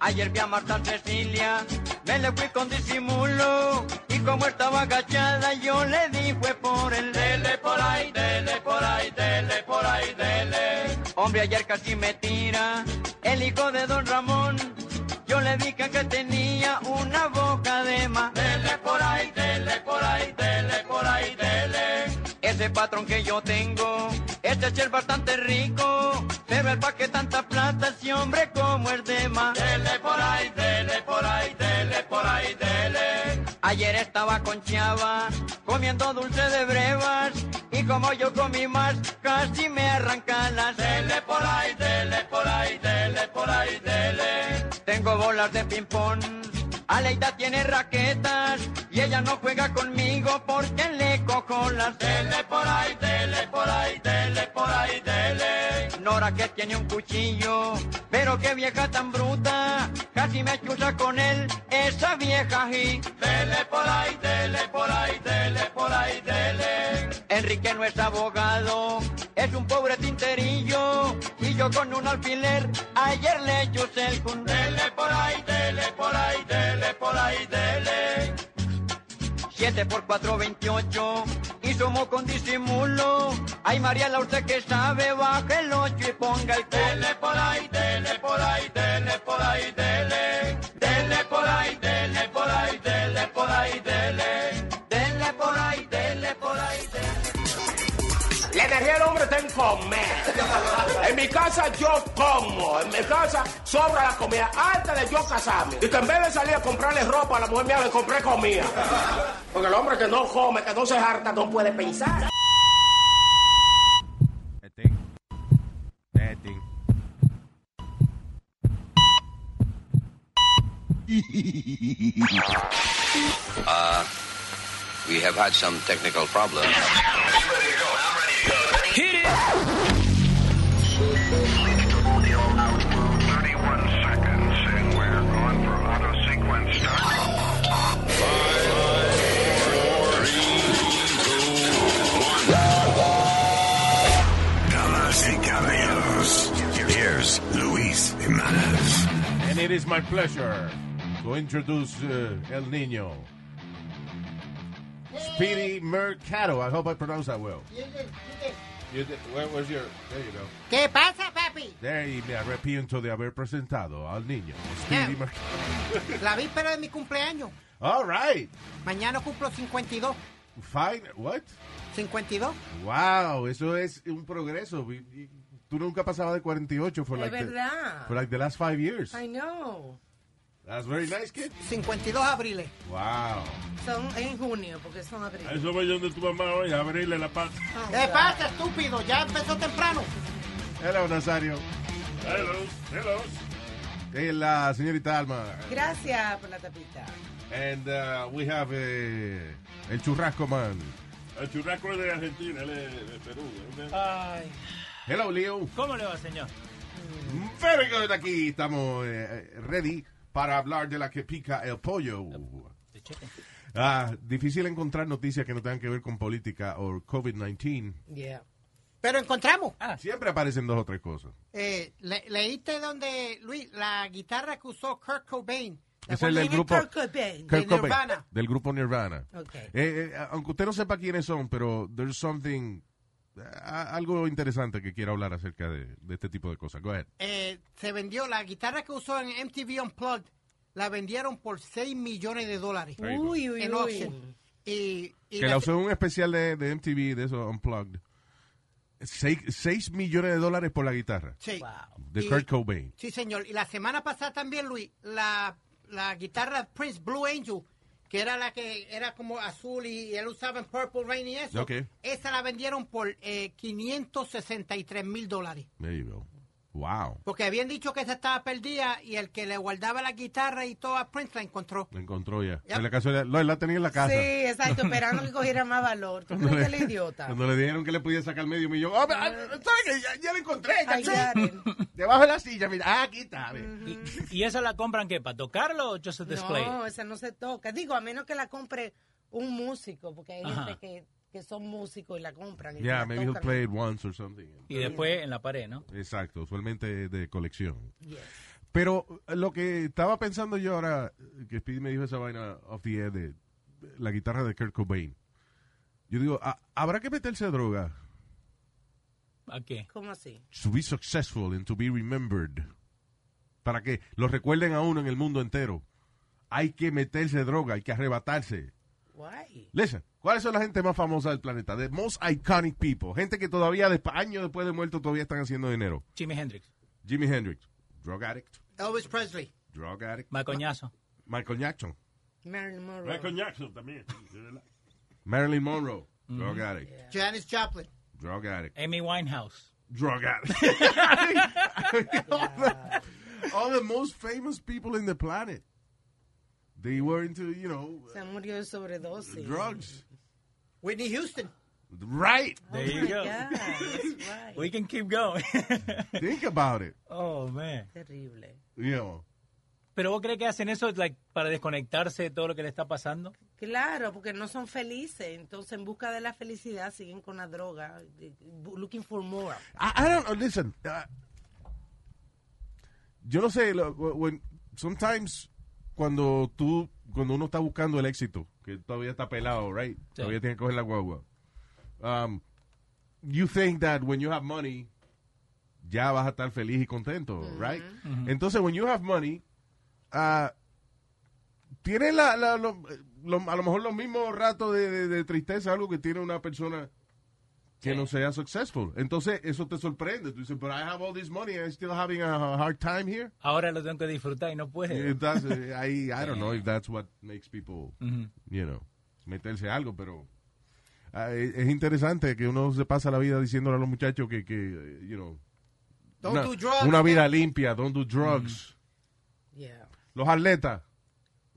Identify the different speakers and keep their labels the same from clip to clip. Speaker 1: Ayer vi a Marta Cecilia, me le fui con disimulo. Y como estaba agachada, yo le di fue por el dele por ahí, dele por ahí, dele por ahí, dele. Hombre, ayer casi me tira el hijo de don Ramón. Yo le dije que tenía una boca de más. Dele por ahí, dele por ahí, dele por ahí, dele. Ese patrón que yo tengo, este es el bastante rico. Pero el pa' que tanta plata, si hombre como el de más. Dele por ahí, dele por ahí, dele por ahí, dele. Ayer estaba con Chava, comiendo dulce de brevas. Y como yo comí más, casi me arrancan las. Dele por ahí, dele por ahí, dele por ahí, dele. Tengo bolas de ping-pong. Aleida tiene raquetas y ella no juega conmigo porque le cojo las. Dele por ahí, dele por ahí, dele por ahí, dele. Nora que tiene un cuchillo, pero qué vieja tan bruta. Casi me chucha con él, esa vieja y. Dele por ahí, dele por ahí, dele por ahí, dele. Enrique no es abogado, es un pobre tinterillo. Y yo con un alfiler, ayer le chuse el cun. Dele por ahí, dele por ahí, dele por ahí, dele. 7 por 4, 28. Y somos con disimulo. Ay, María, la usted que sabe, baje el 8 y ponga el Dele por ahí, dele por ahí, dele por ahí, dele. Dele por ahí, dele por ahí, dele por ahí, dele. Dele por ahí, dele por ahí, dele.
Speaker 2: La energía del hombre está en comer. En mi casa yo como. En mi casa sobra la comida antes de yo casarme. Y que en vez de salir a comprarle ropa a la mujer mía, le compré comida. Porque el hombre que no come, que no se harta, no puede pensar.
Speaker 3: Testing. Testing.
Speaker 4: We have had some technical problems.
Speaker 5: Damas y caballeros, here's Luis Jimenez.
Speaker 3: And it is my pleasure to introduce uh, El Nino. Speedy Mercado. I hope I pronounced that well. You did- where was your? There you go.
Speaker 6: ¿Qué pasa, papi?
Speaker 3: There, y me arrepiento de haber presentado al niño. Speedy
Speaker 6: Yeah.
Speaker 3: Mercado.
Speaker 6: La víspera de mi cumpleaños.
Speaker 3: All right.
Speaker 6: Mañana cumplo 52.
Speaker 3: Fine. What?
Speaker 6: 52.
Speaker 3: Wow, eso es un progreso. Y- y Tú nunca pasabas de 48 for
Speaker 7: Es
Speaker 3: like, The,
Speaker 7: verdad.
Speaker 3: for like the last five years.
Speaker 7: I know.
Speaker 3: That's very nice, kid.
Speaker 6: 52 abriles.
Speaker 3: Wow.
Speaker 7: Son en junio, porque son abril.
Speaker 8: Eso voy donde tu mamá hoy, a abrirle la pata.
Speaker 7: Oh,
Speaker 6: ¿Qué
Speaker 7: God.
Speaker 6: pasa, estúpido? Ya empezó temprano.
Speaker 3: Hello, Nazario.
Speaker 8: Hello, hello.
Speaker 3: Eh, La señorita Alma.
Speaker 7: Gracias por la tapita.
Speaker 3: And uh, we have eh, el churrasco man.
Speaker 8: El churrasco es de Argentina, él es de Perú. ¿eh?
Speaker 9: Ay,
Speaker 3: Hello, Leo.
Speaker 9: ¿Cómo le va, señor?
Speaker 3: Very good. Aquí estamos eh, ready para hablar de la que pica el pollo. Ah, difícil encontrar noticias que no tengan que ver con política o COVID-19.
Speaker 7: Yeah.
Speaker 6: Pero encontramos.
Speaker 9: Ah.
Speaker 3: Siempre aparecen dos o tres cosas.
Speaker 6: Eh, le- ¿Leíste donde, Luis, la guitarra que usó Kurt Cobain? La
Speaker 3: Es el del
Speaker 7: Viene
Speaker 3: grupo
Speaker 7: Kurt Cobain.
Speaker 3: Kurt Cobain,
Speaker 6: Nirvana.
Speaker 3: del grupo Nirvana.
Speaker 7: Ok.
Speaker 3: Eh, eh, aunque usted no sepa quiénes son, pero there's something, eh, algo interesante que quiero hablar acerca de, de este tipo de cosas. Go ahead.
Speaker 6: eh, se vendió, la guitarra que usó en MTV Unplugged, la vendieron por 6 millones de dólares
Speaker 7: Uy, uy,
Speaker 6: en
Speaker 7: uy.
Speaker 6: auction. Y, y
Speaker 3: Que
Speaker 6: la-
Speaker 3: la usó en un especial de, de MTV, de eso, Unplugged. 6 millones de dólares por la guitarra.
Speaker 6: sí.
Speaker 3: De
Speaker 6: Y-
Speaker 3: Kurt Cobain.
Speaker 6: Sí, señor. Y la semana pasada también, Luis, la, la guitarra Prince Blue Angel, que era la que era como azul y, y él usaba en Purple Rain y eso,
Speaker 3: Ok.
Speaker 6: esa la vendieron por eh, 563 mil dólares.
Speaker 3: There you go. Wow.
Speaker 6: Porque habían dicho que esa estaba perdida y el que le guardaba la guitarra y todo a Prince la encontró.
Speaker 3: Lo encontró ya.
Speaker 6: Yep.
Speaker 3: En la casualidad. No, él la tenía en la casa.
Speaker 7: Sí, exacto, esperando que cogiera más valor. ¿Tú crees que él es idiota?
Speaker 3: Cuando le dijeron que le podía sacar medio millón. ¡Ah, ah, ¿sabes qué? Ya, ya la encontré.
Speaker 7: Ay,
Speaker 3: caché.
Speaker 7: Karen.
Speaker 3: Debajo de la silla. Mira. Ah, aquí está. ve.
Speaker 9: ¿Y, y esa la compran qué? ¿Para tocarlo o just a display?
Speaker 7: No, esa no se toca. Digo, a menos que la compre un músico, porque hay
Speaker 9: Ajá.
Speaker 7: gente que, que son músicos y la compran. y
Speaker 3: Yeah,
Speaker 7: la
Speaker 3: maybe he'll
Speaker 7: tocan.
Speaker 3: play it once or something.
Speaker 9: Y después en la pared, ¿no?
Speaker 3: Exacto, usualmente de colección.
Speaker 7: Yes.
Speaker 3: Pero eh, lo que estaba pensando yo ahora, que Speedy me dijo esa vaina off the air de la guitarra de Kurt Cobain. Yo digo, "Ah, ¿habrá que meterse droga?
Speaker 9: ¿A qué?
Speaker 7: ¿Cómo así?
Speaker 3: To be successful and to be remembered. Para que lo recuerden a uno en el mundo entero. Hay que meterse droga, hay que arrebatarse.
Speaker 7: Why?
Speaker 3: Listen, ¿cuáles son la gente más famosa del planeta? The most iconic people. Gente que todavía, desp- años después de muerto, todavía están haciendo dinero.
Speaker 9: Jimi Hendrix.
Speaker 3: Jimi Hendrix, drug addict,
Speaker 6: Elvis Presley.
Speaker 3: drug addict.
Speaker 9: Ma coñazo.
Speaker 3: Michael Jackson,
Speaker 7: Marilyn Monroe.
Speaker 8: Michael Jackson también. de verdad.
Speaker 3: Marilyn Monroe, drug addict,
Speaker 6: Janis Joplin.
Speaker 3: drug addict,
Speaker 9: Amy Winehouse.
Speaker 3: drug addict. all, the, all the most famous people in the planet. They were into, you know,
Speaker 7: Se murió de sobredosis.
Speaker 3: drugs.
Speaker 6: Whitney Houston.
Speaker 3: Right.
Speaker 7: Oh
Speaker 9: There you go.
Speaker 7: Yeah, that's right.
Speaker 9: We can keep going.
Speaker 3: Think about it.
Speaker 9: oh, man.
Speaker 7: Terrible.
Speaker 3: You know.
Speaker 9: ¿Pero vos crees que hacen eso like, para desconectarse de todo lo que le está pasando?
Speaker 7: Claro, porque no son felices. Entonces, en busca de la felicidad, siguen con la droga. eh, bu- Looking for more.
Speaker 3: I, I don't know. Listen, uh, yo no sé. lo- when- sometimes cuando tú, cuando uno está buscando el éxito, que todavía está pelado, right?
Speaker 9: Sí.
Speaker 3: Todavía tiene que coger la guagua. Um, you think that when you have money, ya vas a estar feliz y contento, right? Entonces, when you have money, ah, tiene la, la- lo- lo- a lo mejor los mismos ratos de, de- de tristeza, algo que tiene una persona que no sea successful. Entonces, eso te sorprende. Tú dices, but I have all this money and I'm still having a hard time here.
Speaker 9: Ahora lo tengo que disfrutar y no puede.
Speaker 3: It does- I, I don't know if that's what makes people,
Speaker 9: Ujú.
Speaker 3: you know, meterse algo, pero ah, es es interesante que uno se pasa la vida diciéndole a los muchachos que, que you know,
Speaker 6: Don't
Speaker 3: una,
Speaker 6: do drugs.
Speaker 3: una vida limpia, don't do drugs.
Speaker 7: Yeah.
Speaker 3: Los atletas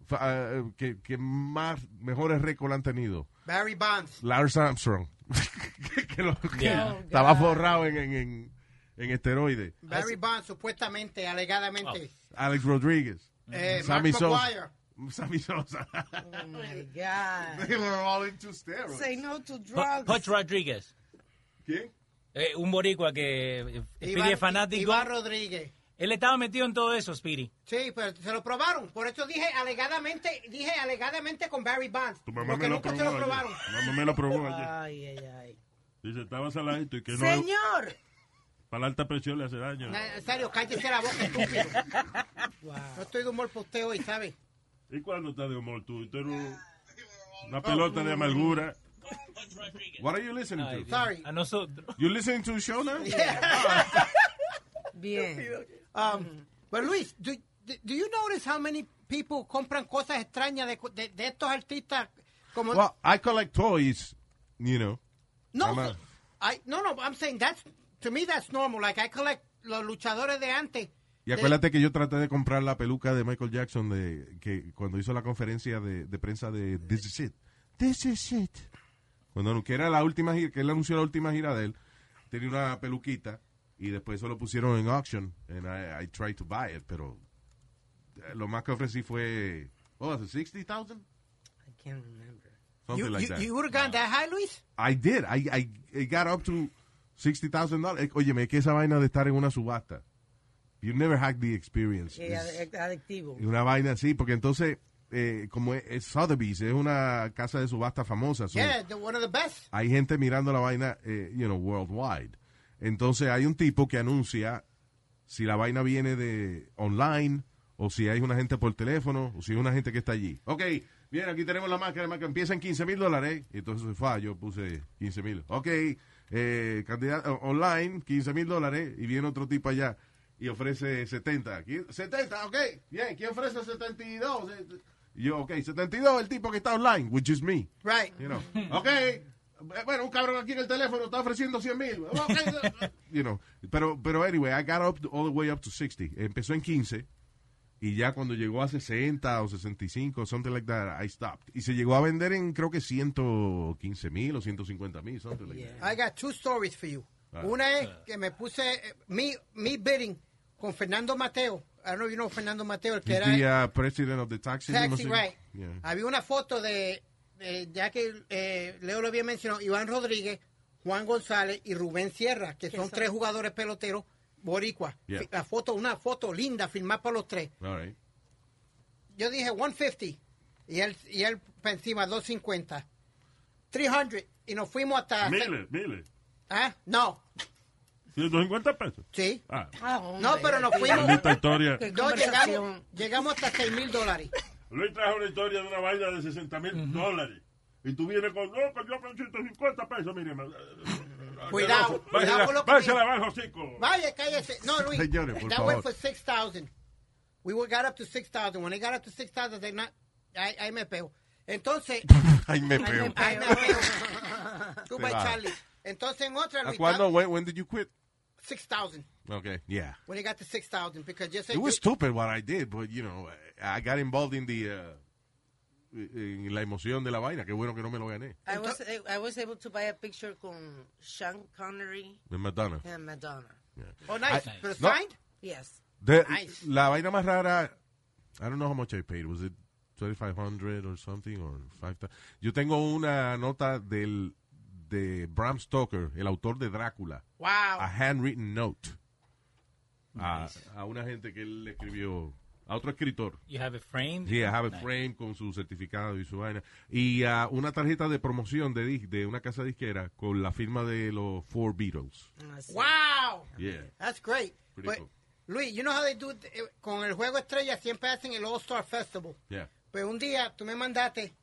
Speaker 3: fa- ah, que, que más mejores récords han tenido.
Speaker 6: Barry Bonds.
Speaker 3: Lars Armstrong, que, lo- que
Speaker 6: Oh,
Speaker 9: Yeah.
Speaker 3: estaba forrado en, en, en, en esteroides.
Speaker 6: Barry Bonds, supuestamente, alegadamente.
Speaker 3: Alex Rodríguez,
Speaker 6: Eh,
Speaker 3: Sammy
Speaker 6: Mark
Speaker 3: Sosa.
Speaker 6: McGuire.
Speaker 3: Sammy Sosa.
Speaker 7: Oh
Speaker 6: Mm.
Speaker 7: my God.
Speaker 3: They were all into steroids.
Speaker 7: Say no to drugs.
Speaker 9: Po- Poch Rodríguez.
Speaker 3: ¿Quién?
Speaker 9: Eh, un boricua que eh, Speedy
Speaker 6: Iván-
Speaker 9: es fanático.
Speaker 6: Iván Rodríguez.
Speaker 9: Él estaba metido en todo eso, Speedy.
Speaker 6: Sí, pero se lo probaron. Por eso dije alegadamente, dije alegadamente con Barry Bonds.
Speaker 8: Tu mamá
Speaker 6: Porque
Speaker 8: me lo
Speaker 6: nunca se
Speaker 8: probó
Speaker 6: lo
Speaker 8: ayer.
Speaker 6: probaron. Ah.
Speaker 8: Tu Mamá me lo probó ayer.
Speaker 7: Ay, ay, ay.
Speaker 8: Dice, estaba saladito y que no,
Speaker 7: Señor.
Speaker 8: para la alta presión le hace daño.
Speaker 6: Na- En serio, cállese la boca, estúpido. No estoy de humor para usted hoy, ¿sabe?
Speaker 8: ¿Y cuándo estás de humor tú? Tú eres un- una pelota
Speaker 6: Oh.
Speaker 8: de amargura.
Speaker 3: What are you listening to?
Speaker 6: Sorry.
Speaker 9: A nosotros.
Speaker 3: You listening to the show now?
Speaker 7: Bien.
Speaker 6: Um, but Luis, do, do- do you notice how many people compran cosas extrañas de, de- de estos artistas? Como,
Speaker 3: Well, I collect toys, you know.
Speaker 6: no,
Speaker 3: I'm a-
Speaker 6: I- no, no, I'm saying that's, to me that's normal. Like I collect los luchadores de antes.
Speaker 3: Y acuérdate que yo traté de comprar la peluca de Michael Jackson de que cuando hizo la conferencia de, de prensa de This Is It. This Is It. Cuando que era la última gira, que él anunció la última gira de él, tenía una peluquita y después eso lo pusieron en auction and I, I tried to buy it, pero eh, lo más que ofrecí fue oh, $60,000?
Speaker 7: I can't remember.
Speaker 3: Something
Speaker 6: you,
Speaker 3: like
Speaker 6: you,
Speaker 3: that. Ah.
Speaker 6: would have gone that high, Luis?
Speaker 3: I did. I, I, it got up to $60,000. Oye, me Eh, que esa vaina de estar en una subasta. You never had the experience.
Speaker 7: Eh,
Speaker 3: It's-
Speaker 7: ad- adictivo.
Speaker 3: Y una vaina así, porque entonces, eh, como es, es Sotheby's, es una casa de subasta famosa. so
Speaker 6: Yeah, the, one of the best.
Speaker 3: Hay gente mirando la vaina, eh, you know, worldwide. Entonces hay un tipo que anuncia si la vaina viene de online o si hay una gente por teléfono o si hay una gente que está allí. Ok, bien, aquí tenemos la máscara, que empieza en 15 mil dólares. Y Entonces, fa, yo puse 15 mil. Ok, eh, cantidad o- online, 15 mil dólares. Y viene otro tipo allá y ofrece 70. ¿Qui- 70, ok, bien, ¿quién ofrece 72? Eh, y Yo, ok, 72, el tipo que está online, which is me.
Speaker 6: Right.
Speaker 3: You know, ok, eh, bueno, un cabrón aquí en el teléfono está ofreciendo 100 mil. you know, pero, pero anyway, I got up to- all the way up to 60. Empezó en 15 y ya cuando llegó a 60 o 65, something like that, I stopped. Y se llegó a vender en creo que 115 mil o 150 mil, something like that.
Speaker 6: I got two stories for you.
Speaker 3: Ah.
Speaker 6: Una es que me puse eh, mi, mi bidding con Fernando Mateo. I don't know if you know Fernando Mateo, el que
Speaker 3: He's
Speaker 6: era
Speaker 3: the uh, president of the taxi,
Speaker 6: taxi,
Speaker 3: limousine-
Speaker 6: right.
Speaker 3: Yeah.
Speaker 6: Había una foto de, de- ya que eh, Leo lo había mencionado, Iván Rodríguez, Juan González y Rubén Sierra, que son tres jugadores peloteros boricua.
Speaker 3: Yeah.
Speaker 6: La foto, una foto linda filmada por los tres.
Speaker 3: All right.
Speaker 6: Yo dije 150 y él, y él para encima 250. 300 y nos fuimos hasta...
Speaker 8: Miles, miles.
Speaker 6: ¿Ah? No,
Speaker 8: 150 pesos.
Speaker 6: sí.
Speaker 8: Ah,
Speaker 7: Ah, hombre.
Speaker 6: No, pero nos fuimos...
Speaker 8: maldita historia.
Speaker 7: Qué
Speaker 6: No, llegamos,
Speaker 7: conversación.
Speaker 6: llegamos hasta 6 mil dólares.
Speaker 8: Luis trajo una historia de una vaina de 60 mil dólares. Y tú vienes con, no, que yo con 150 pesos, mire. eh,
Speaker 6: Cuidado, cuidado con lo que
Speaker 8: Váyase
Speaker 6: dice.
Speaker 8: abajo, chico.
Speaker 6: Vaya, cállese. No, Luis.
Speaker 3: Señores, por
Speaker 6: that
Speaker 3: favor.
Speaker 6: went for 6,000. We were- got up to 6,000. When they got up to 6,000, they not... Ahí, ahí me pego. Entonces,
Speaker 3: Ay, me
Speaker 7: Ay, me
Speaker 3: peo.
Speaker 7: pego.
Speaker 6: ahí me pego. Goodbye,
Speaker 3: Te va.
Speaker 6: Charlie. Entonces, en otra,
Speaker 3: ¿A
Speaker 6: Luis, ¿ah?
Speaker 3: cuándo? When, when did you quit?
Speaker 6: 6,000.
Speaker 3: Okay. Yeah.
Speaker 6: When they got to 6,000, because just...
Speaker 3: It was stupid what I did, but you know, I got involved in the uh, en la emoción de la vaina. Qué bueno que no me lo gané.
Speaker 7: I was, I was able to buy a picture con Sean Connery
Speaker 3: En Madonna.
Speaker 7: and Madonna.
Speaker 6: Oh, nice.
Speaker 3: I-
Speaker 6: Pero
Speaker 3: No.
Speaker 6: signed?
Speaker 7: Yes.
Speaker 3: The-
Speaker 6: Nice.
Speaker 3: La vaina más rara, I don't know how much I paid. Was it 2500 or something or 5000? Yo tengo una nota del de Bram Stoker, el autor de Drácula. A
Speaker 6: Wow.
Speaker 3: handwritten note. A, a una gente que él le escribió, a otro escritor.
Speaker 9: You have it framed.
Speaker 3: Sí, I have a
Speaker 9: Nice.
Speaker 3: frame con su certificado y su vaina. Y ah, una tarjeta de promoción de, dis- de una casa disquera con la firma de los Four Beatles.
Speaker 6: Mm.
Speaker 7: ah,
Speaker 6: Wow.
Speaker 3: Yeah.
Speaker 6: That's great.
Speaker 3: Pretty
Speaker 6: But,
Speaker 3: cool.
Speaker 6: Luis, you know how they do... it, eh, Con el Juego Estrella siempre hacen el All-Star Festival.
Speaker 3: Yeah.
Speaker 6: Pues un día tú me mandaste,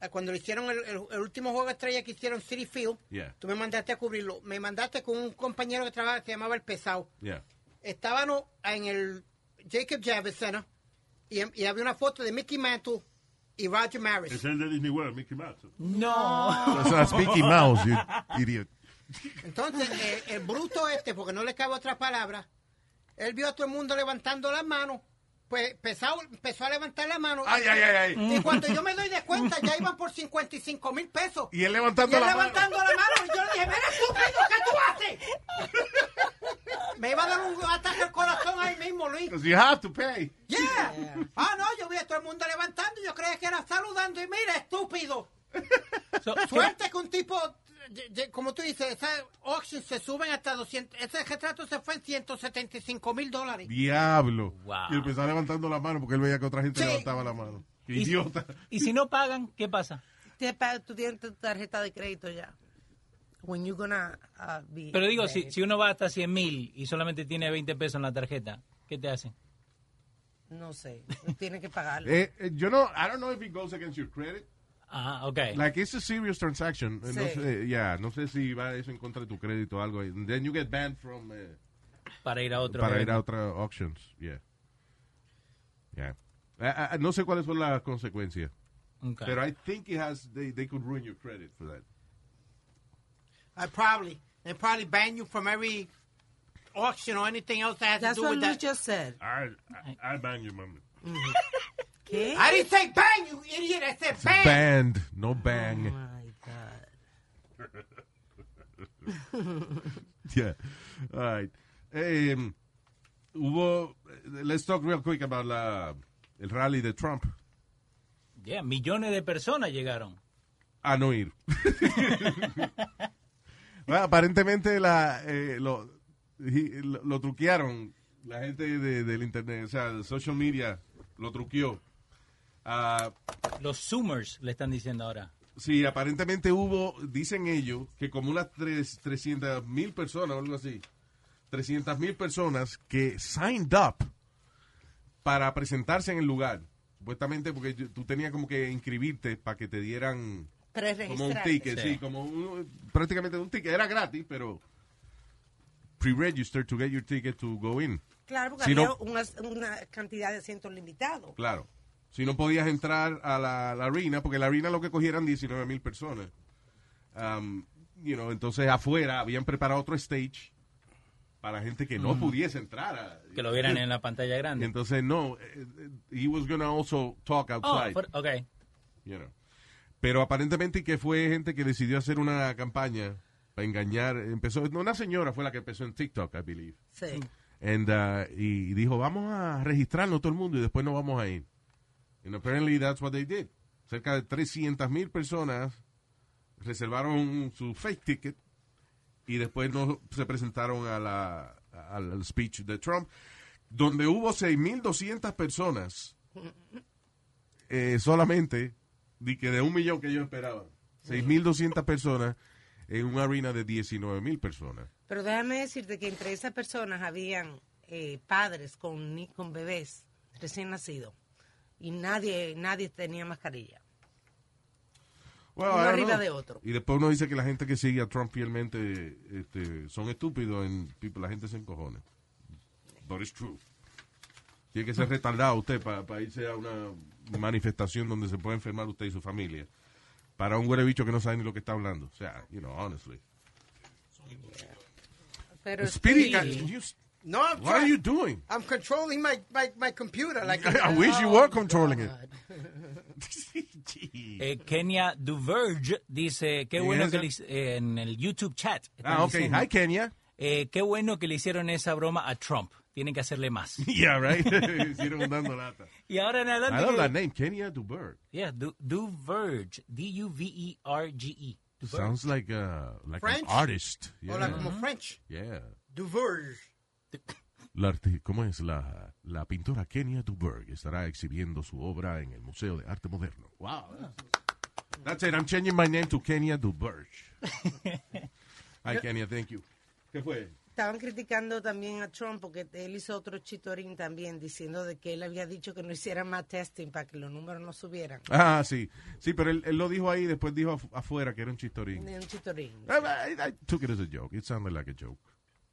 Speaker 6: a cuando le hicieron el, el- el último juego estrella que hicieron City Field,
Speaker 3: Yeah.
Speaker 6: tú me mandaste a cubrirlo. Me mandaste con un compañero que trabaja que se llamaba El Pesado.
Speaker 3: Yeah.
Speaker 6: Estábamos en el Jacob Javits Center y, y había una foto de Mickey Mantle y Roger Maris.
Speaker 8: Es el de Disney World, Mickey Mouse.
Speaker 9: No.
Speaker 3: That's Mickey Mouse, you idiot.
Speaker 6: Entonces, el, el bruto este, porque no le cabe otra palabra, él vio a todo el mundo levantando las manos. Pues Pesado empezó a levantar la mano.
Speaker 3: Ay, ay, ay, ay.
Speaker 6: Y cuando yo me doy de cuenta, ya iban por 55 mil pesos.
Speaker 3: Y él
Speaker 6: Y
Speaker 3: levantando
Speaker 6: él
Speaker 3: la
Speaker 6: levantando la mano, y yo le dije, mira estúpido, ¿qué tú haces? Me iba a dar un ataque al corazón ahí mismo, Luis.
Speaker 3: mano. You have to pay.
Speaker 6: Yeah. Ah, no, yo vi a todo el mundo levantando, yo creía que era saludando, y mira, estúpido.
Speaker 9: So,
Speaker 6: Suerte que un tipo, ye- ye- como tú dices, esas auctions se suben hasta 200, ese retrato se fue en 175 mil dólares.
Speaker 3: Diablo.
Speaker 9: Wow.
Speaker 3: Y empezaba levantando la mano porque él veía que otra gente
Speaker 6: Sí.
Speaker 3: levantaba la mano. Qué
Speaker 9: y,
Speaker 3: idiota.
Speaker 9: y si no pagan, ¿qué pasa?
Speaker 7: Te pa- Tú tienes tu tarjeta de crédito ya. When you gonna uh, be
Speaker 9: Pero digo,
Speaker 7: ready.
Speaker 3: eh,
Speaker 9: si, si uno va hasta 100 mil y solamente tiene 20 pesos en la tarjeta, ¿qué te hacen?
Speaker 7: No sé. Tienes que pagarlo.
Speaker 3: Eh, eh, yo no, I don't know if it goes against your credit.
Speaker 9: Ah, ok.
Speaker 3: Like, it's a serious transaction. Eh, No
Speaker 7: Sí.
Speaker 3: sé, yeah, no sé si va eso en contra de tu crédito o algo. And then you get banned from... eh,
Speaker 9: para ir a otro.
Speaker 3: para ir
Speaker 9: evento.
Speaker 3: a otras auctions. Yeah. Yeah. Ah, ah, no sé cuáles son las consecuencias,
Speaker 9: Ok.
Speaker 3: pero I think it has they, they could ruin your credit for that.
Speaker 6: I probably, they probably ban you from every auction or anything else that has
Speaker 7: That's
Speaker 6: to do
Speaker 7: what
Speaker 6: with
Speaker 7: Luis
Speaker 6: that.
Speaker 7: just said.
Speaker 8: I, I, I bang you, mami.
Speaker 7: ¿Qué?
Speaker 6: I didn't say ban, you idiot, I said ban.
Speaker 3: Banned, no
Speaker 7: Oh
Speaker 3: bang.
Speaker 7: my God.
Speaker 3: Yeah. All right. Em, hubo let's talk real quick about la el rally de Trump.
Speaker 9: Yeah, millones de personas llegaron.
Speaker 3: a no ir. Bueno, aparentemente la, eh, lo, hi- lo, lo truquearon la gente de- del internet, o sea, de social media lo truqueó. Ah,
Speaker 9: Los Zoomers le están diciendo ahora.
Speaker 3: sí, aparentemente hubo, dicen ellos, que como unas tres, 300 mil personas o algo así, 300 mil personas que signed up para presentarse en el lugar. Supuestamente porque yo- tú tenías como que inscribirte para que te dieran
Speaker 7: Tres
Speaker 3: como un
Speaker 7: registrados.
Speaker 3: ticket, sí,
Speaker 9: Sí.
Speaker 3: como un- prácticamente un ticket. Era gratis, pero pre-register to get your ticket to go in.
Speaker 7: Claro, porque
Speaker 3: Si no-
Speaker 7: había una, una cantidad de asientos limitados.
Speaker 3: Claro. Si no podías entrar a la, la arena, porque la arena lo que cogieran 19 mil personas. Um, you know, entonces afuera habían preparado otro stage para gente que no pudiese entrar. a-
Speaker 9: Que lo vieran en la pantalla grande.
Speaker 3: Entonces, no, eh, eh, he was gonna also talk
Speaker 9: Oh,
Speaker 3: outside.
Speaker 9: for- ok.
Speaker 3: you know. Pero aparentemente que fue gente que decidió hacer una campaña para engañar. Empezó, no, una señora fue la que empezó en TikTok, I believe.
Speaker 7: Sí.
Speaker 3: And, uh, y dijo, vamos a registrarnos todo el mundo y después nos vamos a ir. And apparently that's what they did. Cerca de 300 mil personas reservaron su fake ticket y después no se presentaron a la- al, al speech de Trump, donde hubo 6.200 personas eh, solamente de, que de un millón que yo esperaba. 6.200 personas en una arena de 19.000 personas.
Speaker 7: Pero déjame decirte que entre esas personas habían eh, padres con, ni- con bebés recién nacidos. Y nadie, nadie tenía mascarilla.
Speaker 3: Bueno,
Speaker 7: Uno
Speaker 3: I don't
Speaker 7: arriba
Speaker 3: know.
Speaker 7: de otro.
Speaker 3: Y después uno dice que la gente que sigue a Trump fielmente este, son estúpidos, en, people, la gente se encojona. But it's true. Tiene que ser retardado usted para irse a una manifestación donde se puede enfermar usted y su familia. Para un güey bicho que no sabe ni lo que está hablando. O sea, you know, honestly.
Speaker 7: Pero
Speaker 3: Speedy,
Speaker 7: sí.
Speaker 3: can you-
Speaker 6: No, I'm
Speaker 3: what are
Speaker 6: trying-
Speaker 3: you doing?
Speaker 6: I'm controlling my, my, my computer. Like
Speaker 3: I wish
Speaker 7: Oh,
Speaker 3: you were controlling it. Gee.
Speaker 9: Eh, Kenya Duverge dice, qué
Speaker 3: ¿Quién
Speaker 9: bueno
Speaker 3: es
Speaker 9: que
Speaker 3: esa?
Speaker 9: le hic- eh, en el YouTube chat. están
Speaker 3: ah, ok.
Speaker 9: diciendo,
Speaker 3: Hi, Kenya.
Speaker 9: eh, qué bueno que le hicieron esa broma a Trump. Tienen que hacerle más.
Speaker 3: Yeah, right. Hicieron dando lata.
Speaker 9: Y ahora en adelante...
Speaker 3: I love
Speaker 9: que-
Speaker 3: that name, Kenya Dubert.
Speaker 9: Yeah, Du- Duverge. E D-U-V-E-R-G-E. Duverge.
Speaker 3: Pues, Sounds like a like an
Speaker 6: French?
Speaker 3: artist.
Speaker 6: Or
Speaker 3: Yeah.
Speaker 6: like como French.
Speaker 3: yeah.
Speaker 6: Duverge.
Speaker 3: La arti- ¿Cómo es la, la pintora Kenya Duberg estará exhibiendo su obra en el Museo de Arte Moderno? Wow. That's it. I'm changing my name to Kenya Duberg. Hi Kenya, thank you. ¿Qué fue?
Speaker 7: Estaban criticando también a Trump porque él hizo otro chitorín también diciendo de que él había dicho que no hiciera más testing para que los números no subieran.
Speaker 3: Ah, sí. Sí, pero él, él lo dijo ahí, después dijo afu- afuera que era un chistorín.
Speaker 7: Un chitorín.
Speaker 3: I, I- I took it as a joke. It sounded like a joke.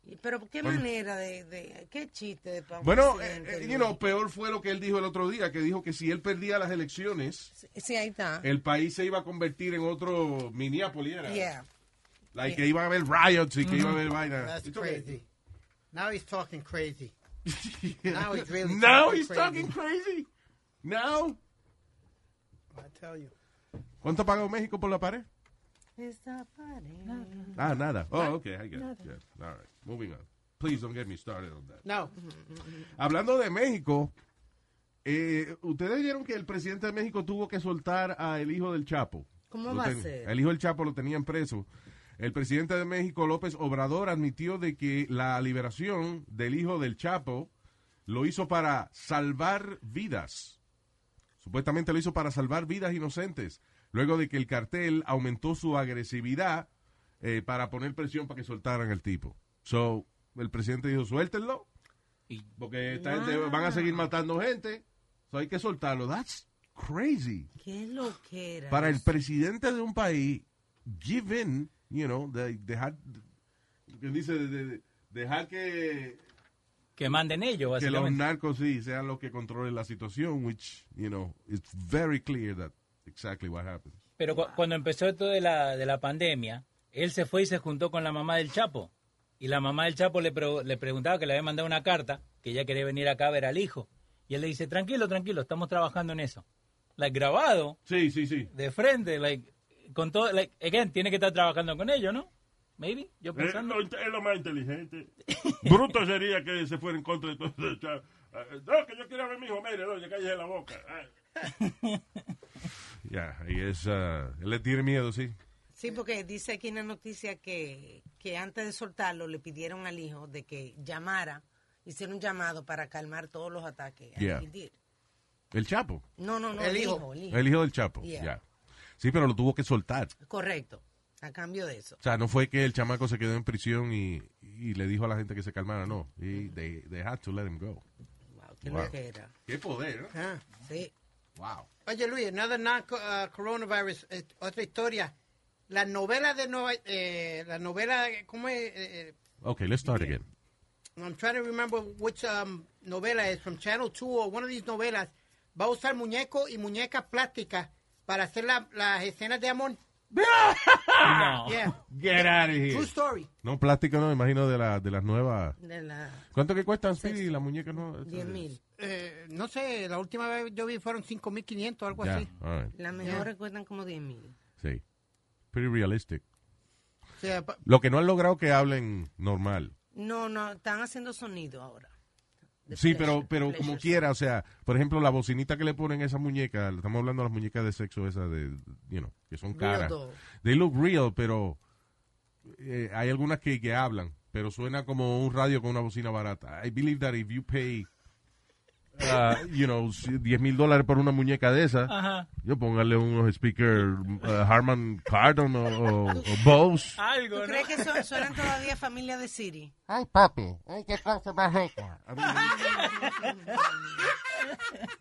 Speaker 7: Y- Pero qué manera de, de- qué chiste de pa' un
Speaker 3: Bueno,
Speaker 7: presidente,
Speaker 3: eh, eh,
Speaker 7: ¿no?
Speaker 3: you know, peor fue lo que él dijo el otro día, que dijo que si él perdía las elecciones...
Speaker 7: Sí, sí, ahí está.
Speaker 3: el país se iba a convertir en otro Minneapolis. Era.
Speaker 7: Yeah.
Speaker 3: Like que iba a haber riots y que iba a haber vaina.
Speaker 6: That's
Speaker 3: It's okay.
Speaker 6: crazy. Now he's talking crazy. Now he's really
Speaker 3: Now
Speaker 6: talking
Speaker 3: he's
Speaker 6: crazy.
Speaker 3: talking crazy. Now.
Speaker 6: I tell you.
Speaker 3: ¿Cuánto pagó México por la pared?
Speaker 7: Esta pared.
Speaker 3: Ah, nada. Oh, okay, I get it. Yeah. All right, moving on. Please don't get me started on that.
Speaker 6: No.
Speaker 3: Hablando de México, eh, ustedes vieron que el presidente de México tuvo que soltar al hijo del Chapo.
Speaker 7: ¿Cómo
Speaker 3: Lo
Speaker 7: va a
Speaker 3: ten-
Speaker 7: ser?
Speaker 3: El hijo del Chapo lo tenían preso. El presidente de México, López Obrador, admitió de que la liberación del hijo del Chapo lo hizo para salvar vidas. Supuestamente lo hizo para salvar vidas inocentes, luego de que el cartel aumentó su agresividad eh, para poner presión para que soltaran al tipo. So, el presidente dijo, suéltenlo,
Speaker 9: Y-
Speaker 3: porque esta gente van a seguir matando gente, so hay que soltarlo. That's crazy
Speaker 7: Qué loquera.
Speaker 3: para el presidente de un país, give in, you know, de- dejar, ¿qué dice? De- de- dejar que,
Speaker 9: Que manden ellos,
Speaker 3: que los
Speaker 9: básicamente.
Speaker 3: narcos sí sean los que controlen la situación, which, you know, it's very clear that exactly what happened.
Speaker 9: Pero cu- cuando empezó esto de la, de la pandemia, él se fue y se juntó con la mamá del Chapo. Y la mamá del Chapo le, pre- le preguntaba que le había mandado una carta, que ella quería venir acá a ver al hijo. Y él le dice, tranquilo, tranquilo, estamos trabajando en eso. Like, grabado,
Speaker 3: Sí, sí, sí.
Speaker 9: de frente, like, con todo, like, again, tiene que estar trabajando con ellos, ¿no? Maybe,
Speaker 3: Eh,
Speaker 9: yo
Speaker 8: Es
Speaker 9: pensando.
Speaker 8: lo, Eh, es lo más inteligente. Bruto sería que se fuera en contra de todo eso. chao. Ah, No, que yo quiero ver a mi hijo, mire, no, ya cállese la boca. Ah,
Speaker 3: Ya, y es, ah, él le tiene miedo, sí.
Speaker 7: Sí, porque dice aquí en la noticia que, que antes de soltarlo le pidieron al hijo de que llamara, hiciera un llamado para calmar todos los ataques.
Speaker 3: Yeah.
Speaker 7: And he did.
Speaker 3: El Chapo,
Speaker 7: No, no, no,
Speaker 6: El
Speaker 7: el,
Speaker 6: hijo.
Speaker 7: hijo. el hijo.
Speaker 3: el hijo del Chapo,
Speaker 7: Yeah.
Speaker 3: ya. Sí, pero lo tuvo que soltar.
Speaker 7: Correcto, a cambio de eso.
Speaker 3: O sea, no fue que el chamaco se quedó en prisión y, y le dijo a la gente que se calmara, no. Y they, they had to let him go.
Speaker 7: Wow, qué
Speaker 3: Wow.
Speaker 7: loquera.
Speaker 3: Qué poder,
Speaker 6: Ah.
Speaker 7: Sí.
Speaker 3: Wow.
Speaker 6: Oye, Luis, another non-coronavirus, eh, otra historia. La novela de Nueva... Eh, la novela... ¿Cómo es? Eh, eh,
Speaker 3: Okay, let's start again.
Speaker 6: I'm trying to remember which um, novela es, from Channel 2 o one of these novelas, va a usar muñeco y muñeca plástica para hacer la- las escenas de amor.
Speaker 9: Ah,
Speaker 3: Ah.
Speaker 9: No.
Speaker 6: Yeah,
Speaker 3: Get out of
Speaker 6: true story.
Speaker 3: No, plástico no, me imagino de, la, de las nuevas.
Speaker 7: De la
Speaker 3: ¿Cuánto que cuestan, Speedy, las muñecas nuevas?
Speaker 7: 10 mil.
Speaker 6: Eh, no sé, la última vez yo vi fueron 5.500 o algo
Speaker 3: Ya,
Speaker 6: así.
Speaker 3: all right.
Speaker 7: Las mejores cuestan como 10 mil.
Speaker 3: Sí. Pretty realistic.
Speaker 6: O sea, pa-
Speaker 3: Lo que no han logrado que hablen normal.
Speaker 7: No, no, están haciendo sonido ahora. De
Speaker 3: Sí, pero,
Speaker 7: pleasure,
Speaker 3: pero
Speaker 7: pleasure.
Speaker 3: como quiera, o sea, por ejemplo, la bocinita que le ponen a esa muñeca, estamos hablando de las muñeas de sexo esas de, you know, que son
Speaker 7: Real
Speaker 3: caras.
Speaker 7: doll.
Speaker 3: They look real, pero eh, hay algunas que, que hablan, pero suena como un radio con una bocina barata. I believe that if you pay, uh, you know, si- 10 mil dólares por una muñeca de esa,
Speaker 9: Ajá.
Speaker 3: yo póngale unos speakers Harman Kardon o, o, o Bose.
Speaker 7: ¿Tú
Speaker 9: Algo, ¿no?
Speaker 7: crees que son- suenan todavía familia de Siri?
Speaker 1: Ay, papi, ay, qué cosa más rica.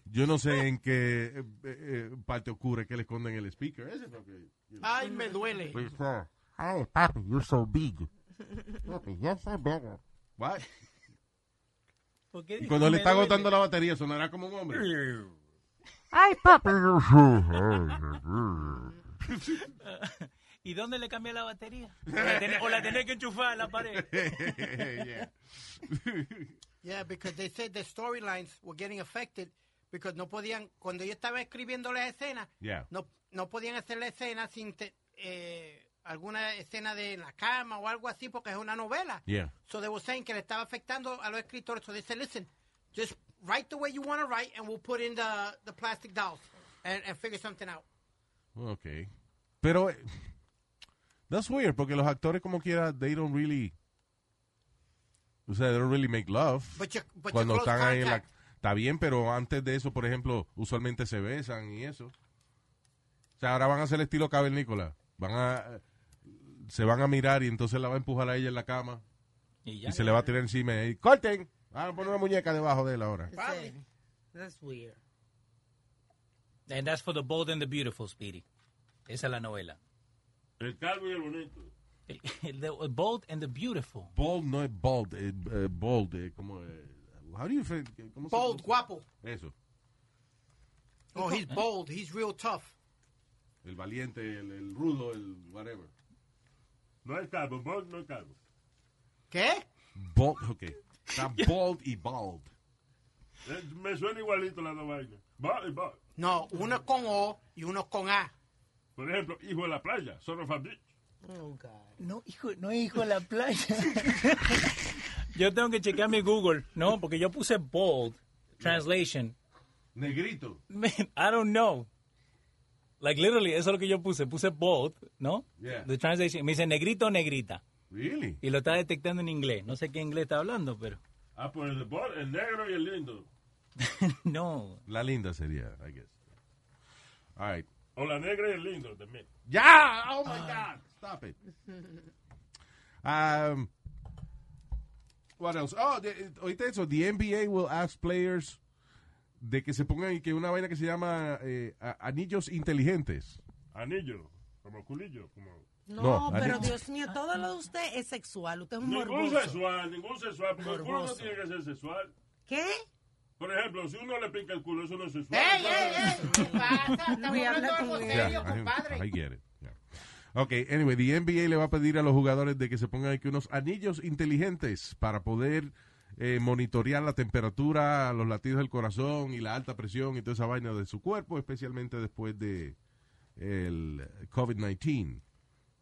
Speaker 3: Yo no sé en qué eh, eh, parte ocurre que le esconden el speaker. Ese es lo que-
Speaker 6: Ay, me duele.
Speaker 3: pues,
Speaker 1: Ay, papi, you're so big. Papi, you're so big.
Speaker 3: What?
Speaker 9: ¿Por qué
Speaker 3: Y
Speaker 9: dijo
Speaker 3: cuando
Speaker 9: que
Speaker 3: le
Speaker 9: me
Speaker 3: está
Speaker 9: duele?
Speaker 3: agotando la batería, sonará como un hombre.
Speaker 1: Ay, papi, you're so
Speaker 9: ¿Y dónde le cambié la batería? O la tenés, o la tenés que enchufar en la pared.
Speaker 3: Yeah.
Speaker 6: Yeah, because they said the storylines were getting affected because no podían, cuando yo estaba escribiendo las escenas,
Speaker 3: Yeah.
Speaker 6: no, no podían hacer la escena sin te- eh, alguna escena de la cama o algo así porque es una novela.
Speaker 3: Yeah.
Speaker 6: So they were saying que le estaba afectando a los escritores. So they said, listen, just write the way you want to write and we'll put in the, the plastic dolls and, and figure something out.
Speaker 3: Ok. Pero, eh, that's weird, porque los actores como quiera, they don't really, o sea, they don't really make love.
Speaker 6: But you- but you
Speaker 3: cuando
Speaker 6: close
Speaker 3: están ahí en la...
Speaker 6: Pues contact.
Speaker 3: Está bien, pero antes de eso, por ejemplo, usualmente se besan y eso. O sea, ahora van a hacer estilo cavernícola. Van a... Se van a mirar y entonces la va a empujar a ella en la cama
Speaker 9: Y
Speaker 3: y,
Speaker 9: ya.
Speaker 3: se le va a tirar encima y ahí, ¡corten! Van a poner una muñeca debajo de él ahora.
Speaker 7: Ese- That's weird.
Speaker 9: And that's for the bold and the beautiful, Speedy. Esa es la novela.
Speaker 8: El calvo y el bonito.
Speaker 9: The bold and the beautiful.
Speaker 3: Bold no es bold, es eh, bold, eh, como... eh, how do you say- cómo se
Speaker 6: Bold,
Speaker 3: pronuncia?
Speaker 6: guapo.
Speaker 3: Eso.
Speaker 6: Oh, he's bold. He's real tough.
Speaker 3: El valiente, el, el rudo, el whatever.
Speaker 8: No es calvo, Bob no es calvo.
Speaker 6: ¿Qué?
Speaker 3: Bold, ok. Está bold y bald.
Speaker 8: Eh, Me suena igualito las dos vainas. Bob y Bob.
Speaker 6: No, uno con O y uno con A.
Speaker 8: Por ejemplo, hijo de la playa, son of a bitch.
Speaker 7: Oh, God.
Speaker 9: No, hijo, no hijo la playa. yo tengo que chequear mi Google, ¿no? Porque yo puse bold translation.
Speaker 3: Negrito.
Speaker 9: Man, I don't know. Like literally, eso es lo que yo puse. Puse bold, ¿no?
Speaker 3: Yeah.
Speaker 9: The translation. Me dice negrito o negrita.
Speaker 3: Really?
Speaker 9: Y lo está detectando en inglés. No sé qué inglés está hablando, pero
Speaker 8: Ah, pues el Bob, el negro y el lindo.
Speaker 9: no.
Speaker 3: La linda sería, I guess. All right.
Speaker 8: O la negra y el lindo también.
Speaker 3: Ya! Oh my God! Stop it. Um, what else? Oh, de- oíste eso. The NBA will ask players de que se pongan y que una vaina que se llama eh, a- anillos inteligentes.
Speaker 8: Anillo, como culillo, como...
Speaker 3: No,
Speaker 7: No,
Speaker 3: I
Speaker 7: pero
Speaker 3: didn't-
Speaker 7: Dios mío, todo lo de usted es sexual. Usted es un
Speaker 8: Ningún
Speaker 7: morboso.
Speaker 8: sexual, ningún sexual, porque el culo no
Speaker 7: Morboso.
Speaker 8: tiene que ser sexual.
Speaker 7: ¿Qué?
Speaker 8: Por ejemplo, si uno le pica el culo, eso no es sexual.
Speaker 6: ¡Ey, ey, ey! ¿Qué pasa? Estamos
Speaker 7: Luis, habla
Speaker 6: hablando algo
Speaker 7: conmigo.
Speaker 6: serio,
Speaker 3: I, I
Speaker 6: compadre.
Speaker 3: get it. Yeah. Ok, anyway, the NBA le va a pedir a los jugadores de que se pongan aquí unos anillos inteligentes para poder eh, monitorear la temperatura, los latidos del corazón y la alta presión y toda esa vaina de su cuerpo, especialmente después de el COVID-19.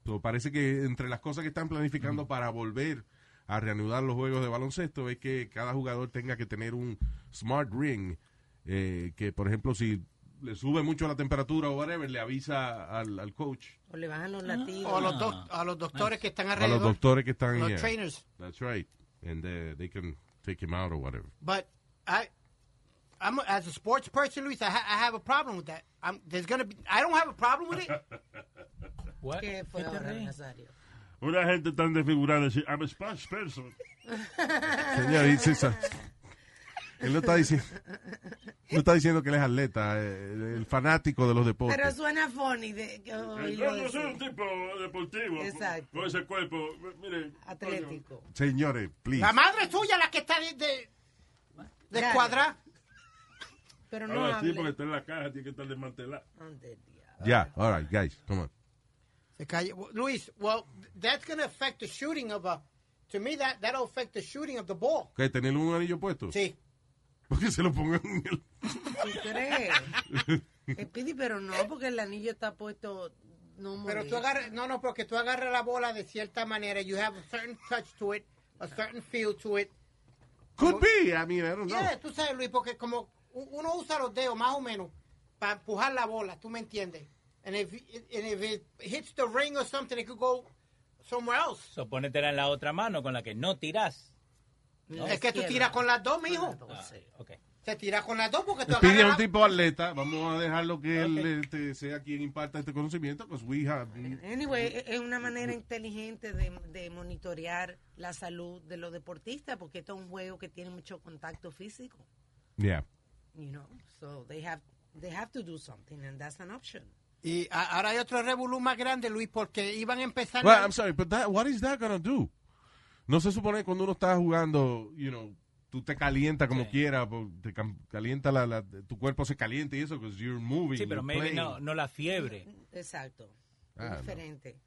Speaker 3: So, parece que entre las cosas que están planificando para volver a reanudar los juegos de baloncesto es que cada jugador tenga que tener un smart ring eh, que, por ejemplo, si le sube mucho la temperatura o whatever, le avisa al, al coach,
Speaker 7: O le bajan
Speaker 8: Ah,
Speaker 7: los latidos.
Speaker 6: O a los, doc- a los doctores que están
Speaker 3: a los
Speaker 6: alrededor.
Speaker 3: doctores que están...
Speaker 6: Los
Speaker 3: yeah.
Speaker 6: trainers.
Speaker 3: That's right. And uh, they can take him out or whatever.
Speaker 6: But I, I'm as a sports person, Luis, I, ha- I have a problem with that. I'm, there's gonna be, I don't have a problem with it.
Speaker 9: What?
Speaker 7: ¿Qué fue
Speaker 9: te
Speaker 7: ahora,
Speaker 9: reí?
Speaker 7: Nazario?
Speaker 8: Una gente tan desfigurada, dice, I'm a Spanish person.
Speaker 3: Señor, dice esa- Él no está diciendo, no está diciendo que él es atleta, eh, el fanático de los deportes.
Speaker 7: Pero suena funny. De, que
Speaker 8: Yo
Speaker 7: oírlo
Speaker 8: no soy un
Speaker 7: decir.
Speaker 8: tipo deportivo.
Speaker 7: Exacto.
Speaker 8: Con ese cuerpo, mire.
Speaker 7: Atlético.
Speaker 3: Señores, please.
Speaker 6: La madre suya la que está de, de, de
Speaker 7: Dale.
Speaker 6: cuadra.
Speaker 7: Pero
Speaker 8: coño,
Speaker 7: no
Speaker 8: ahora Ah, sí, porque
Speaker 7: hable.
Speaker 8: está en la caja, tiene que estar desmantelada.
Speaker 7: Ande, diablo.
Speaker 3: Ya, all right, guys, come on.
Speaker 6: Se calle- well, Luis, well, that's gonna affect the shooting of a. To me, that that'll affect the shooting of the ball.
Speaker 3: ¿Qué, tener un anillo puesto?
Speaker 6: Sí.
Speaker 3: Porque se lo pongan en el...
Speaker 7: ¿Tú crees? Speedy, pero no, porque el anillo está puesto. No
Speaker 6: Pero tú
Speaker 7: molesta.
Speaker 6: agarras, no, no, porque tú agarras la bola de cierta manera. You have a certain touch to it, a certain feel to it.
Speaker 3: Could be, I mean, I don't know.
Speaker 6: Yeah, tú sabes, Luis, porque como u- uno usa los dedos más o menos para empujar la bola, tú me entiendes. And if, and if it hits the ring or something, it could go somewhere else.
Speaker 9: Suponétela en la otra mano con la que no tirás.
Speaker 6: es que tú tiras con las dos, mijo.
Speaker 9: Ah,
Speaker 7: pues, eh.
Speaker 9: ok.
Speaker 6: Se tira con las dos porque tú
Speaker 3: Pide a un
Speaker 6: agarras la-
Speaker 3: tipo atleta, vamos a dejarlo que él este, sea quien imparta este conocimiento, pues we have...
Speaker 6: Eh,
Speaker 7: Anyway, e- es una manera inteligente de, de monitorear la salud de los deportistas porque esto es un juego que tiene mucho contacto físico,
Speaker 3: Yeah.
Speaker 7: you know. So they have they have to do something and that's an option.
Speaker 6: Y a- ahora hay otro revolú más grande, Luis, porque iban a empezar.
Speaker 3: Well, I'm sorry, but that, what is that gonna do? No se supone que cuando uno está jugando, you know, tú te calienta como
Speaker 9: Sí.
Speaker 3: quiera, po- te cam- calienta la, la- tu cuerpo se calienta y eso, because you're moving.
Speaker 9: Sí, pero
Speaker 3: you're
Speaker 9: maybe
Speaker 3: playing.
Speaker 9: no, no la fiebre.
Speaker 7: Exacto.
Speaker 3: Ah, no.
Speaker 7: diferente.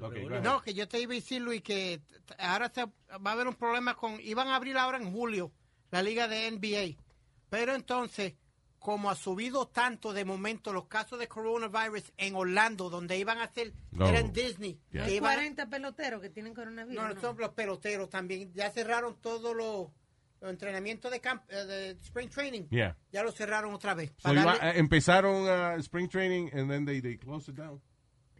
Speaker 3: Ok,
Speaker 9: Pero
Speaker 3: go ahead.
Speaker 6: No, que yo te iba a decir, Luis, que t- t- ahora se va a haber un problema con. Iban a abrir ahora en julio la liga de NBA. Pero entonces, como ha subido tanto de momento los casos de coronavirus en Orlando, donde iban a hacer.
Speaker 3: No.
Speaker 6: Era en Disney.
Speaker 3: Yeah.
Speaker 6: que
Speaker 7: Hay
Speaker 6: iban-
Speaker 7: 40 peloteros que tienen coronavirus.
Speaker 6: no, no,
Speaker 7: ¿no?
Speaker 6: son los peloteros también. Ya cerraron todos los, los entrenamientos de, camp- eh, de Spring Training.
Speaker 3: Yeah.
Speaker 6: Ya lo cerraron otra vez.
Speaker 3: So
Speaker 6: Para
Speaker 3: iba-
Speaker 6: darle-
Speaker 3: eh, empezaron a spring training and then they, they closed it down.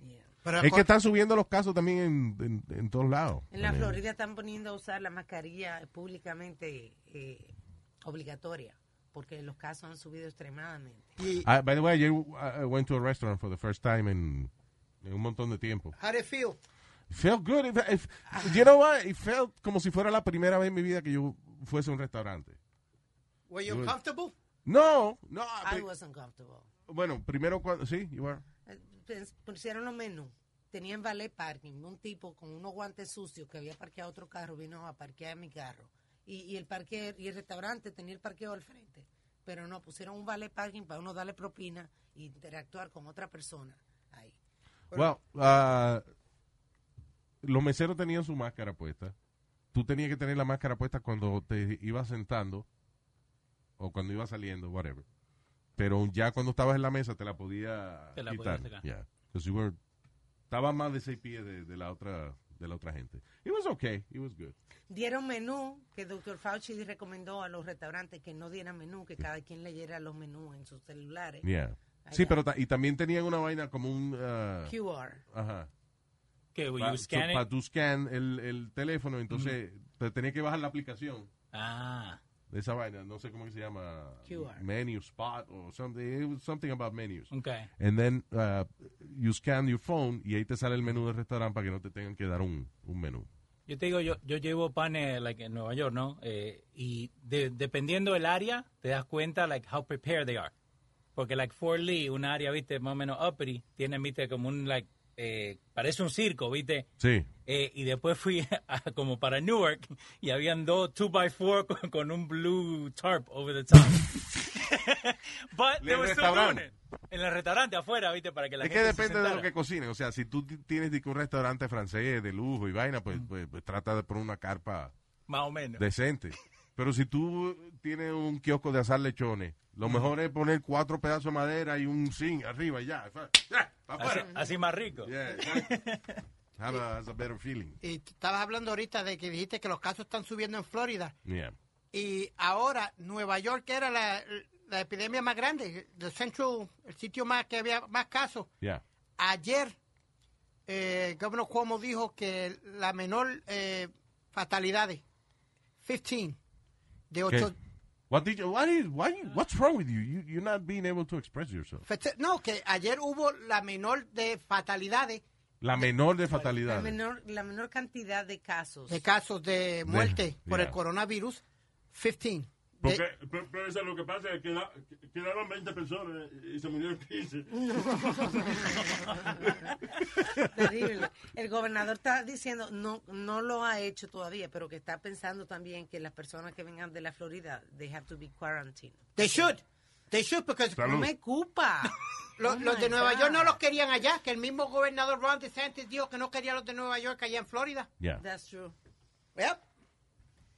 Speaker 7: Yeah.
Speaker 6: para
Speaker 3: Es
Speaker 6: co-
Speaker 3: que están subiendo los casos también en, en, en todos lados. Eh,
Speaker 7: En la
Speaker 3: I mean,
Speaker 7: Florida están poniendo a usar la mascarilla públicamente eh, obligatoria porque los casos han subido extremadamente.
Speaker 6: y-
Speaker 3: I- by the way, ayer I went to a restaurant for the first time en, en un montón de tiempo.
Speaker 6: How do you feel?
Speaker 3: Felt good. It, it- you know what? It felt como si fuera la primera vez en mi vida que yo fuese a un restaurante.
Speaker 6: Were you
Speaker 3: Good.
Speaker 6: comfortable?
Speaker 3: No, no.
Speaker 7: I
Speaker 6: Ah,
Speaker 3: pe-
Speaker 7: wasn't comfortable.
Speaker 3: Bueno, primero cuando... Sí, you are.
Speaker 7: Eh, pens- Pusieron los menús. Tenían valet parking. Un tipo con unos guantes sucios que había parqueado otro carro vino a parquear mi carro. Y, y el parque y el restaurante tenía el parqueo al frente. Pero no, pusieron un valet parking para uno darle propina e interactuar con otra persona ahí.
Speaker 3: Well, ah, los meseros tenían su máscara puesta. Tú tenías que tener la máscara puesta cuando te ibas sentando o cuando ibas saliendo, whatever. Pero ya cuando estabas en la mesa te la podía
Speaker 9: Te la
Speaker 3: quitar.
Speaker 9: podías sacar.
Speaker 3: Yeah, 'cause you were- estabas más de seis pies de, de la otra de la otra gente. It was okay, it was good.
Speaker 7: Dieron menú que Dr. Fauci recomendó a los restaurantes que no dieran menú, que cada quien leyera los menús en sus celulares.
Speaker 3: Yeah.
Speaker 7: Ay,
Speaker 3: Sí,
Speaker 7: ya.
Speaker 3: pero ta- y también tenían una vaina como un ah,
Speaker 7: QR.
Speaker 3: ajá.
Speaker 9: ¿Qué?
Speaker 3: Para
Speaker 9: ¿You scan it?
Speaker 3: tú scan el, el teléfono, entonces te tenías que bajar la aplicación
Speaker 9: Ah.
Speaker 3: de esa vaina, no sé cómo que se llama,
Speaker 7: QR.
Speaker 3: menu spot o something, it was something about menus.
Speaker 9: Ok.
Speaker 3: And then uh, you scan your phone y ahí te sale el menú del restaurante para que no te tengan que dar un, un menú.
Speaker 9: Yo te digo, yo, yo llevo panes like, en Nueva York, ¿no? Eh, y de- dependiendo del área, te das cuenta like how prepared they are. Porque like Fort Lee, un área, viste, más o menos uppity, tiene, viste, como un like, eh, parece un circo, viste.
Speaker 3: Sí.
Speaker 9: Eh, y después fui a- como para Newark y habían dos 2x4 con, con un blue tarp over the top. But
Speaker 3: En
Speaker 9: they
Speaker 3: el
Speaker 9: were still doing
Speaker 3: restaurante.
Speaker 9: it. En el restaurante afuera, viste, para que la
Speaker 3: Es que
Speaker 9: gente se
Speaker 3: depende de lo
Speaker 9: sentara.
Speaker 3: que cocinen. O sea, si tú ti- tienes de que un restaurante francés de lujo y vaina, pues, pues- pues trata de poner una carpa
Speaker 9: Más o menos.
Speaker 3: decente. Pero si tú tienes un kiosco de asar lechones, lo mejor es poner cuatro pedazos de madera y un zinc arriba y ya. Ya, pa'
Speaker 9: Así,
Speaker 3: afuera.
Speaker 9: así más rico.
Speaker 3: Yeah, exactly. Have a, has a better feeling.
Speaker 6: Y t- estabas hablando ahorita de que dijiste que los casos están subiendo en Florida.
Speaker 3: Yeah.
Speaker 6: Y ahora Nueva York era la, la epidemia más grande, el centro, el sitio más que había más casos.
Speaker 3: Yeah.
Speaker 6: Ayer, eh, el gobernador Cuomo dijo que la menor eh, fatalidades, 15, de 8.
Speaker 3: What did you, what is, why, you- what's wrong with you? you? You're not being able to express yourself.
Speaker 6: No, que ayer hubo la menor de fatalidades
Speaker 3: La menor de
Speaker 7: La
Speaker 3: fatalidades.
Speaker 7: menor, la menor cantidad de casos.
Speaker 6: de casos de muerte por
Speaker 3: yeah.
Speaker 6: el coronavirus, 15.
Speaker 8: Porque,
Speaker 6: De-
Speaker 8: pero, pero eso es lo que pasa es que queda- quedaron 20 personas y se murieron 15.
Speaker 7: Terrible. El gobernador está diciendo, no, no lo ha hecho todavía, pero que está pensando también que las personas que vengan de la Florida, they have to be quarantined.
Speaker 6: They should. They should because
Speaker 7: No me culpa.
Speaker 6: lo-
Speaker 7: Oh
Speaker 6: los
Speaker 7: my
Speaker 6: de Nueva
Speaker 7: God.
Speaker 6: York no los querían allá, que el mismo gobernador Ron DeSantis dijo que no quería los de Nueva York allá en Florida.
Speaker 3: Yeah.
Speaker 7: That's true.
Speaker 6: Yep.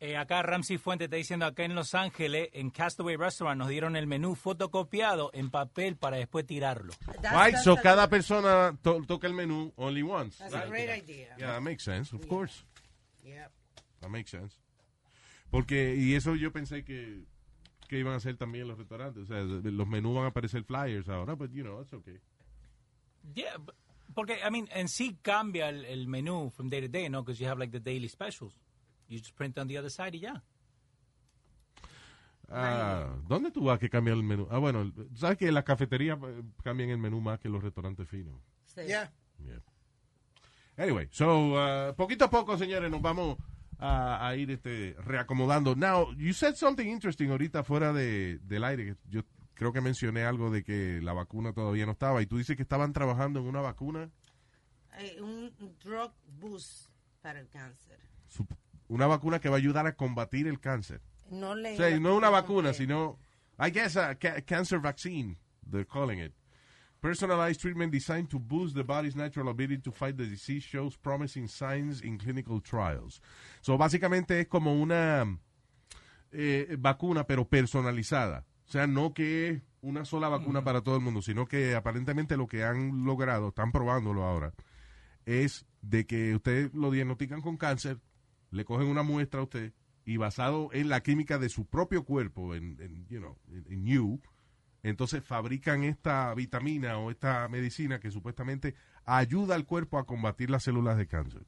Speaker 9: Eh, acá Ramsey Fuente está diciendo, acá en Los Ángeles, en Castaway Restaurant, nos dieron el menú fotocopiado en papel para después tirarlo.
Speaker 7: That's-
Speaker 3: Right,
Speaker 7: that's
Speaker 3: so
Speaker 7: a-
Speaker 3: cada persona to- toca el menú only once.
Speaker 7: That's a
Speaker 3: right?
Speaker 7: great idea.
Speaker 3: Yeah, that makes sense, of course.
Speaker 7: Yeah.
Speaker 3: That makes sense. Porque, y eso yo pensé que, que iban a hacer también los restaurantes. O sea, los menús van a aparecer flyers ahora, but you know, it's okay.
Speaker 9: Yeah, but- Porque, I mean, en sí cambia el, el menú from day to day, ¿no? Because you have like the daily specials. You just print on the other side y ya.
Speaker 3: Ah, ¿Dónde tú vas que cambiar el menú? Ah, bueno, ¿sabes que las cafeterías eh, cambian el menú más que los restaurantes finos?
Speaker 7: Sí.
Speaker 6: Yeah.
Speaker 3: Yeah. Anyway, so uh, poquito a poco, señores, nos vamos a, a ir este, reacomodando. Now, you said something interesting ahorita fuera de, del aire. que Yo creo que mencioné algo de que la vacuna todavía no estaba. Y tú dices que estaban trabajando en una vacuna,
Speaker 7: Eh, un drug boost para el cáncer.
Speaker 3: sup- una vacuna que va a ayudar a combatir el cáncer.
Speaker 7: No le.
Speaker 3: O sea, no una vacuna, sino, I guess, a ca- cancer vaccine, they're calling it. Personalized treatment designed to boost the body's natural ability to fight the disease shows promising signs in clinical trials. So, básicamente es como una eh, vacuna, pero personalizada. O sea, no que es una sola vacuna para todo el mundo, sino que aparentemente lo que han logrado, están probándolo ahora, es de que usted lo diagnostican con cáncer, le cogen una muestra a usted y basado en la química de su propio cuerpo, en, en, you know, en- en you, entonces fabrican esta vitamina o esta medicina que supuestamente ayuda al cuerpo a combatir las células de cáncer.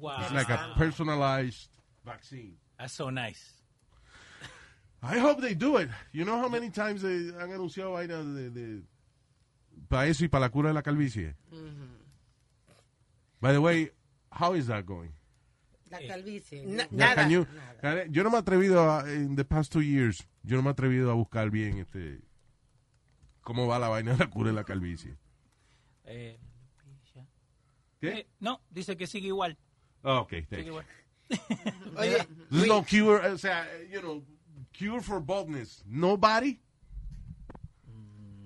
Speaker 9: Wow.
Speaker 3: It's like a personalized vaccine.
Speaker 9: That's so nice.
Speaker 3: I hope they do it. You know how many times they han anunciado vaina de, para eso y para la cura de la calvicie. By the way, how is that going?
Speaker 7: La calvicie.
Speaker 6: Na-
Speaker 3: Yeah,
Speaker 6: nada.
Speaker 3: can you- can I- yo no me he atrevido a, in the past two years, yo no me he atrevido a buscar bien este cómo va la vaina de la cura de la calvicie.
Speaker 9: Eh, Lupilla.
Speaker 3: ¿Qué?
Speaker 9: Eh, no, dice que sigue igual.
Speaker 3: Ah, okay, thank
Speaker 9: Sigue
Speaker 3: you.
Speaker 9: igual.
Speaker 6: Oye,
Speaker 3: There's no cure, o sea, you know, cure for baldness. Nobody.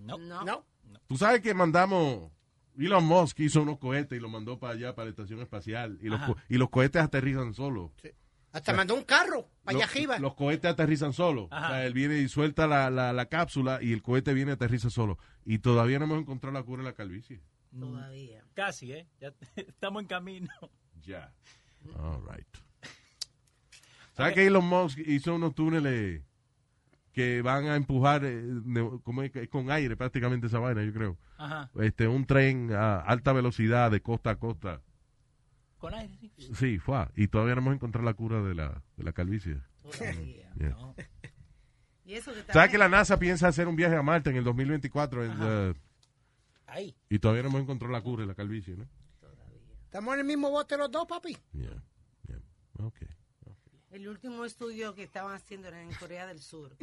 Speaker 9: No.
Speaker 7: No.
Speaker 6: no.
Speaker 3: Tú sabes que mandamos. Elon Musk hizo unos cohetes y los mandó para allá, para la estación espacial. Y los,
Speaker 9: Ajá.
Speaker 3: co- y los cohetes aterrizan solos.
Speaker 6: Hasta mandó un carro para allá
Speaker 3: Los-
Speaker 6: arriba.
Speaker 3: Los cohetes aterrizan solos. O
Speaker 9: Ajá.
Speaker 3: sea, él viene y suelta la, la, la cápsula y el cohete viene y aterriza solo. Y todavía no hemos encontrado la cura de la calvicie.
Speaker 7: Todavía.
Speaker 9: Mm, Casi, ¿eh? Ya estamos en camino.
Speaker 3: Ya. All right. ¿Sabes que Elon Musk hizo unos túneles que van a empujar eh, ne- como es que- con aire prácticamente esa vaina, yo creo?
Speaker 9: Ajá.
Speaker 3: Este, un tren a alta velocidad de costa a costa.
Speaker 9: Con aire, sí.
Speaker 3: Sí, fue. Y todavía no hemos encontrado la cura de la, de la calvicie.
Speaker 7: Todavía.
Speaker 3: Yeah.
Speaker 9: No.
Speaker 7: Y eso que está.
Speaker 3: ¿Sabes que la NASA piensa hacer un viaje a Marte en el 2024? En, uh,
Speaker 9: Ahí.
Speaker 3: y todavía no hemos encontrado la cura de la calvicie, ¿no?
Speaker 6: Estamos en el mismo bote los dos, papi.
Speaker 3: Yeah, yeah. Okay.
Speaker 7: El último estudio que estaban haciendo era en Corea del Sur.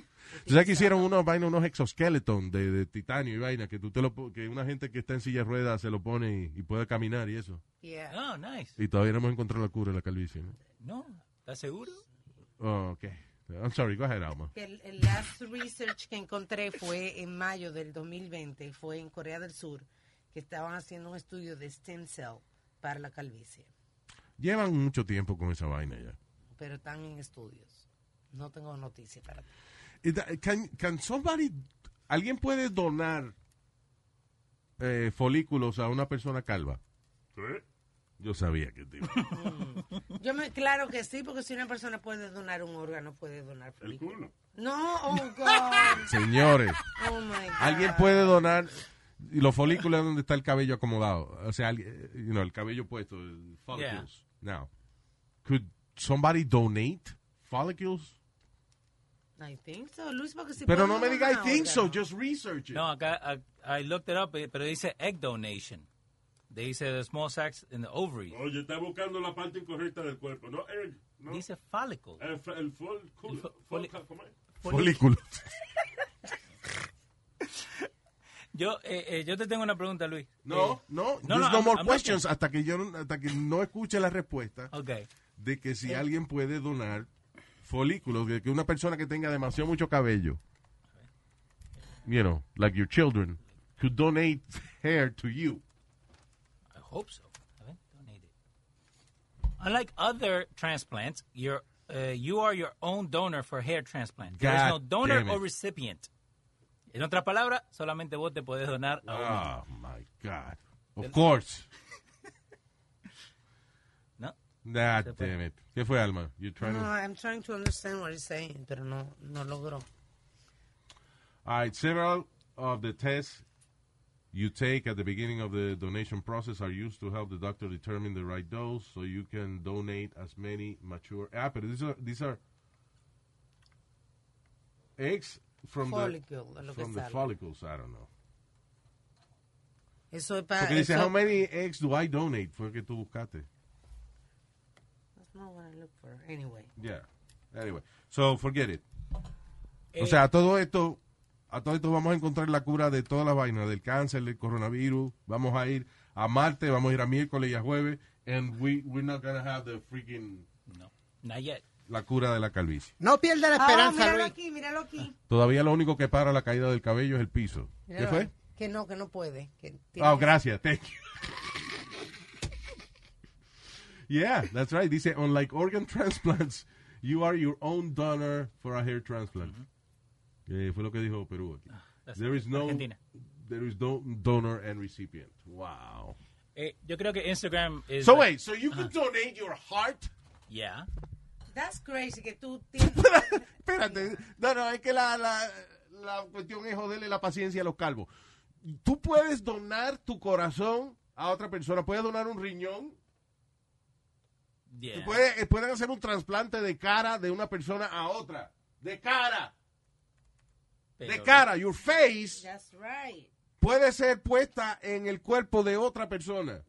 Speaker 3: ¿Tú sabes que hicieron unos vaina, unos exoskeleton de, de titanio y vaina que tú te lo po- que una gente que está en silla de ruedas se lo pone y, y puede caminar y eso.
Speaker 7: Yeah.
Speaker 9: Oh, nice.
Speaker 3: Y todavía no hemos encontrado la cura de la calvicie, ¿no?
Speaker 9: No, ¿estás seguro?
Speaker 3: Oh, okay. I'm sorry, go ahead, Alma.
Speaker 7: que el, el last research que encontré fue en mayo del 2020, fue en Corea del Sur, que estaban haciendo un estudio de stem cell para la calvicie,
Speaker 3: Llevan mucho tiempo con esa vaina ya.
Speaker 7: pero están en estudios. No tengo noticia para ti.
Speaker 3: Is that- Can, can somebody, ¿Alguien puede donar eh, folículos a una persona calva? Yo sabía que te iba.
Speaker 7: Yo me, claro que sí, porque si una persona puede donar un órgano, puede donar
Speaker 8: El
Speaker 7: folículo.
Speaker 8: culo.
Speaker 7: No, oh God,
Speaker 3: Señores,
Speaker 7: oh my God.
Speaker 3: alguien puede donar y los folículos es donde está el cabello acomodado. O sea, alguien- you know, el cabello puesto, el follicles. Now, could somebody donate follicles?
Speaker 7: I think so, Luis, porque si
Speaker 3: Pero
Speaker 7: puede
Speaker 3: no me diga I
Speaker 7: donar
Speaker 3: think so,
Speaker 7: órgano.
Speaker 3: just research it.
Speaker 9: No, acá, a- I looked it up, eh, pero dice egg donation. Dice the small sacs in the ovary.
Speaker 3: Oh,
Speaker 8: Oye, está buscando la parte incorrecta del cuerpo. No, egg. No.
Speaker 9: Dice follicle.
Speaker 8: El, fo- el fol, culo.
Speaker 9: El fo-
Speaker 8: Fol-
Speaker 9: foli-
Speaker 8: ¿cómo es?
Speaker 3: Folículos.
Speaker 9: Yo, eh, eh, yo te tengo una pregunta, Luis. Eh,
Speaker 3: No, no, no,
Speaker 9: No, no,
Speaker 3: no
Speaker 9: I'm-
Speaker 3: more
Speaker 9: I'm not-
Speaker 3: questions hasta que yo no- hasta que no escuche la respuesta.
Speaker 9: Ok.
Speaker 3: de que si alguien puede donar folículos, de que una persona que tenga demasiado mucho cabello, you know, like your children, could donate hair to you.
Speaker 9: I hope so. A ver, donate it. Unlike other transplants, you're, uh, you are your own donor for hair transplant. There is
Speaker 3: God
Speaker 9: no donor
Speaker 3: damn it.
Speaker 9: or recipient. En otras palabras, solamente vos te podés donar a uno.
Speaker 3: Oh my God. Of course.
Speaker 9: ¿No?
Speaker 3: Nah, damn it. ¿Qué fue, Alma? You're trying
Speaker 7: No,
Speaker 3: to...
Speaker 7: I'm trying to understand what he's saying, pero no, no logró.
Speaker 3: All right, several of the tests you take at the beginning of the donation process are used to help the doctor determine the right dose so you can donate as many mature. Ah, pero these are, these are eggs from,
Speaker 7: Follicle,
Speaker 3: the,
Speaker 7: lo que
Speaker 3: from the
Speaker 7: sale.
Speaker 3: follicles. I don't know.
Speaker 7: Ah, Eso es para.
Speaker 3: Porque dice, how many eggs do I donate? Fue que tú buscaste.
Speaker 7: That's not what I look for. Anyway.
Speaker 3: Yeah. Anyway, so forget it. O sea, a todo esto, a todo esto vamos a encontrar la cura de todas las vainas, del cáncer, del coronavirus. Vamos a ir a Marte, vamos a ir a miércoles y a jueves, and we we're not gonna have the freaking
Speaker 9: No, not yet.
Speaker 3: la cura de la calvicie.
Speaker 6: No pierda la
Speaker 7: Ah,
Speaker 6: esperanza,
Speaker 7: míralo
Speaker 6: Luis.
Speaker 7: aquí, míralo aquí.
Speaker 3: Todavía lo único que para la caída del cabello es el piso. ¿Qué
Speaker 7: Míralo.
Speaker 3: fue?
Speaker 7: Que no, que no puede. Que tiene
Speaker 3: Oh,
Speaker 7: que-
Speaker 3: gracias, thank you. Yeah, that's right. Dice, unlike organ transplants, you are your own donor for a hair transplant. Eh, fue lo que dijo Perú aquí.
Speaker 9: Ah, that's-
Speaker 3: There is no,
Speaker 9: Argentina.
Speaker 3: there is no donor and recipient. Wow.
Speaker 9: Eh, yo creo que Instagram es.
Speaker 3: So wait, so you can donate your heart?
Speaker 9: Yeah.
Speaker 7: That's crazy que tú tienes.
Speaker 3: Espérate, no, no, es que la, la, la cuestión es joderle la paciencia a los calvos. Tú puedes donar tu corazón a otra persona, puedes donar un riñón,
Speaker 9: yeah.
Speaker 3: Puede- eh, pueden hacer un trasplante de cara de una persona a otra. De cara.
Speaker 9: Pero-
Speaker 3: de cara. Your face
Speaker 7: That's right.
Speaker 3: puede ser puesta en el cuerpo de otra persona.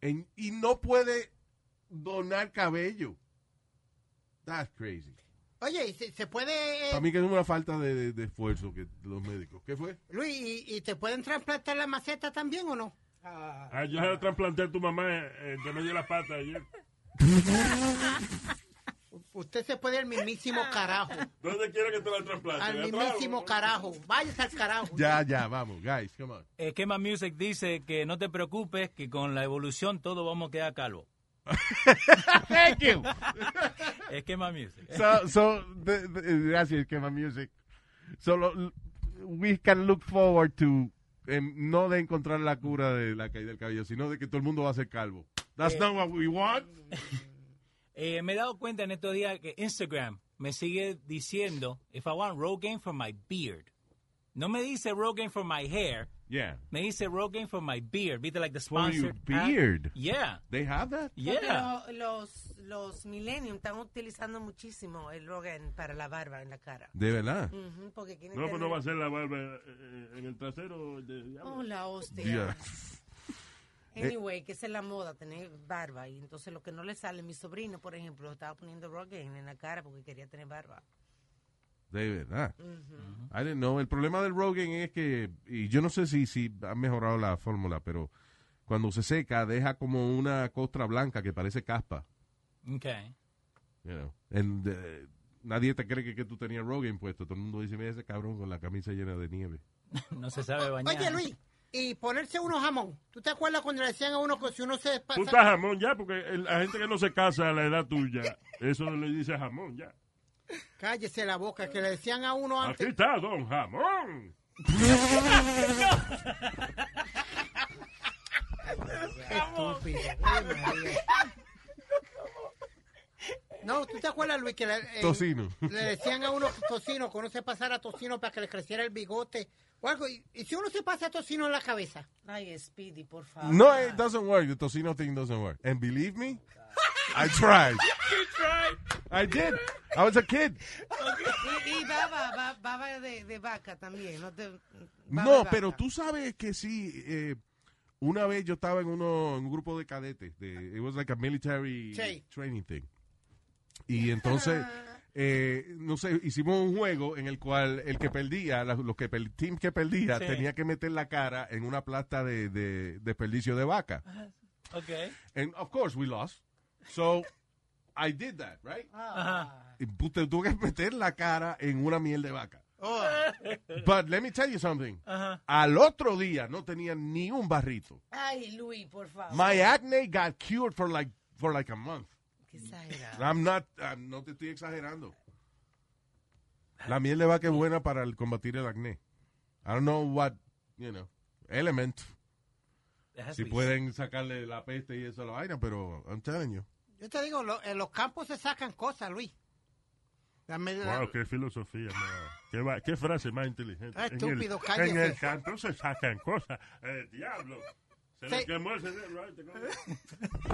Speaker 3: En- y no puede donar cabello. That's crazy.
Speaker 6: Oye, ¿y se, se puede, eh,
Speaker 3: Para mí que es una falta de, de- de esfuerzo que los médicos. ¿Qué fue?
Speaker 6: Luis, ¿y, y te pueden trasplantar la maceta también o no?
Speaker 8: Ah, yo se la trasplanté a tu mamá eh, entre medio de las patas ayer.
Speaker 6: Usted se puede al mismísimo carajo.
Speaker 8: ¿Dónde quiere que te la trasplante?
Speaker 6: Al
Speaker 8: ¿De atrás o-
Speaker 6: mismísimo carajo. Váyase al carajo.
Speaker 3: Ya, ya, vamos, guys, come on.
Speaker 9: Eh, Kema Music dice que no te preocupes, que con la evolución todos vamos a quedar calvos.
Speaker 3: Thank you.
Speaker 9: Esquema Music.
Speaker 3: So, so the, the, gracias, Kema Music. So, lo- we can look forward to em, no de encontrar la cura de la caída del cabello, sino de que todo el mundo va a ser calvo. That's not what we want.
Speaker 9: Eh, me he dado cuenta en estos días que Instagram me sigue diciendo, if I want Rogaine for my beard. No me dice Rogaine for my hair,
Speaker 3: Yeah.
Speaker 9: me dice Rogaine for my beard. Viste, like the
Speaker 3: For your
Speaker 9: sponsor.
Speaker 3: beard.
Speaker 9: Yeah,
Speaker 3: They have that?
Speaker 7: Porque
Speaker 9: yeah.
Speaker 7: lo- los, los millennium están utilizando muchísimo el Rogan para la barba en la cara.
Speaker 3: De verdad.
Speaker 7: Ujú, porque quieren
Speaker 8: No, pero no
Speaker 7: tener-
Speaker 8: va a ser la barba eh, en el trasero. De,
Speaker 7: Oh, la hostia.
Speaker 3: Yeah.
Speaker 7: Anyway, que esa es la moda, tener barba. Y entonces lo que no le sale, mi sobrino, por ejemplo, estaba poniendo Rogaine en la cara porque quería tener barba.
Speaker 3: De verdad. I didn't know. El problema del Rogan es que, y yo no sé si, si ha mejorado la fórmula, pero cuando se seca deja como una costra blanca que parece caspa.
Speaker 9: Okay.
Speaker 3: You know, and, eh, nadie te cree que, que tú tenías Rogan puesto. Todo el mundo dice, mira ese cabrón con la camisa llena de nieve.
Speaker 9: No se sabe bañar.
Speaker 6: Oye, Luis, y ponerse uno jamón. ¿Tú te acuerdas cuando le decían a uno que si uno se
Speaker 8: Tú
Speaker 6: pasa...
Speaker 8: estás jamón ya, porque el- la gente que no se casa a la edad tuya, eso le dice jamón ya.
Speaker 6: Cállese la boca, que le decían a uno
Speaker 8: Aquí
Speaker 3: ¿Ah,
Speaker 6: antes.
Speaker 8: está Don Jamón.
Speaker 6: Estúpido. Ay, María. No, ¿tú te acuerdas, Luis, que le, eh,
Speaker 3: Tocino.
Speaker 6: le decían a uno tocino, que uno se pasara tocino para que le creciera el bigote o algo? ¿Y, y si uno se pasa tocino en la cabeza?
Speaker 7: Ay, Speedy, por favor.
Speaker 3: No, it doesn't work. The tocino thing doesn't work. And believe me, I tried. I did. I was a kid.
Speaker 7: Y, y baba, ba- baba de, de vaca también. No, te, baba de
Speaker 3: No,
Speaker 7: vaca.
Speaker 3: pero tú sabes que sí. eh, una vez yo estaba en, uno, en un grupo de cadetes. De, it was like a military
Speaker 6: Sí.
Speaker 3: training thing. Y entonces, eh, no sé, hicimos un juego en el cual el que perdía, la- los que per- el team que perdía,
Speaker 9: Sí.
Speaker 3: tenía que meter la cara en una plasta de, de desperdicio de vaca.
Speaker 9: Okay.
Speaker 3: And of course we lost. So I did that, right?
Speaker 9: Ajá.
Speaker 3: Y puta, tuve que meter la cara en una miel de vaca. But let me tell you something.
Speaker 9: Ajá.
Speaker 3: Al otro día no tenía ni un barrito.
Speaker 7: Ay, Luis, por favor.
Speaker 3: My acne got cured for like for like a month.
Speaker 7: Qué exagerado.
Speaker 3: I'm not I'm- no te estoy exagerando. La miel de vaca es buena para el- combatir el acné. I don't know what, you know, element.
Speaker 9: It has
Speaker 3: Si
Speaker 9: to be-
Speaker 3: pueden sacarle la peste y eso a la vaina, pero I'm telling you.
Speaker 6: Yo te digo, lo- en los campos se sacan cosas, Luis. Dame la-
Speaker 8: Wow, qué filosofía, man. qué, va- qué frase más inteligente.
Speaker 6: Ah, estúpido,
Speaker 8: en el, en
Speaker 6: cállese.
Speaker 8: el canto se sacan cosas. Eh, diablo. Se le
Speaker 6: Sí.
Speaker 8: quemó el cerebro. ahí te coge.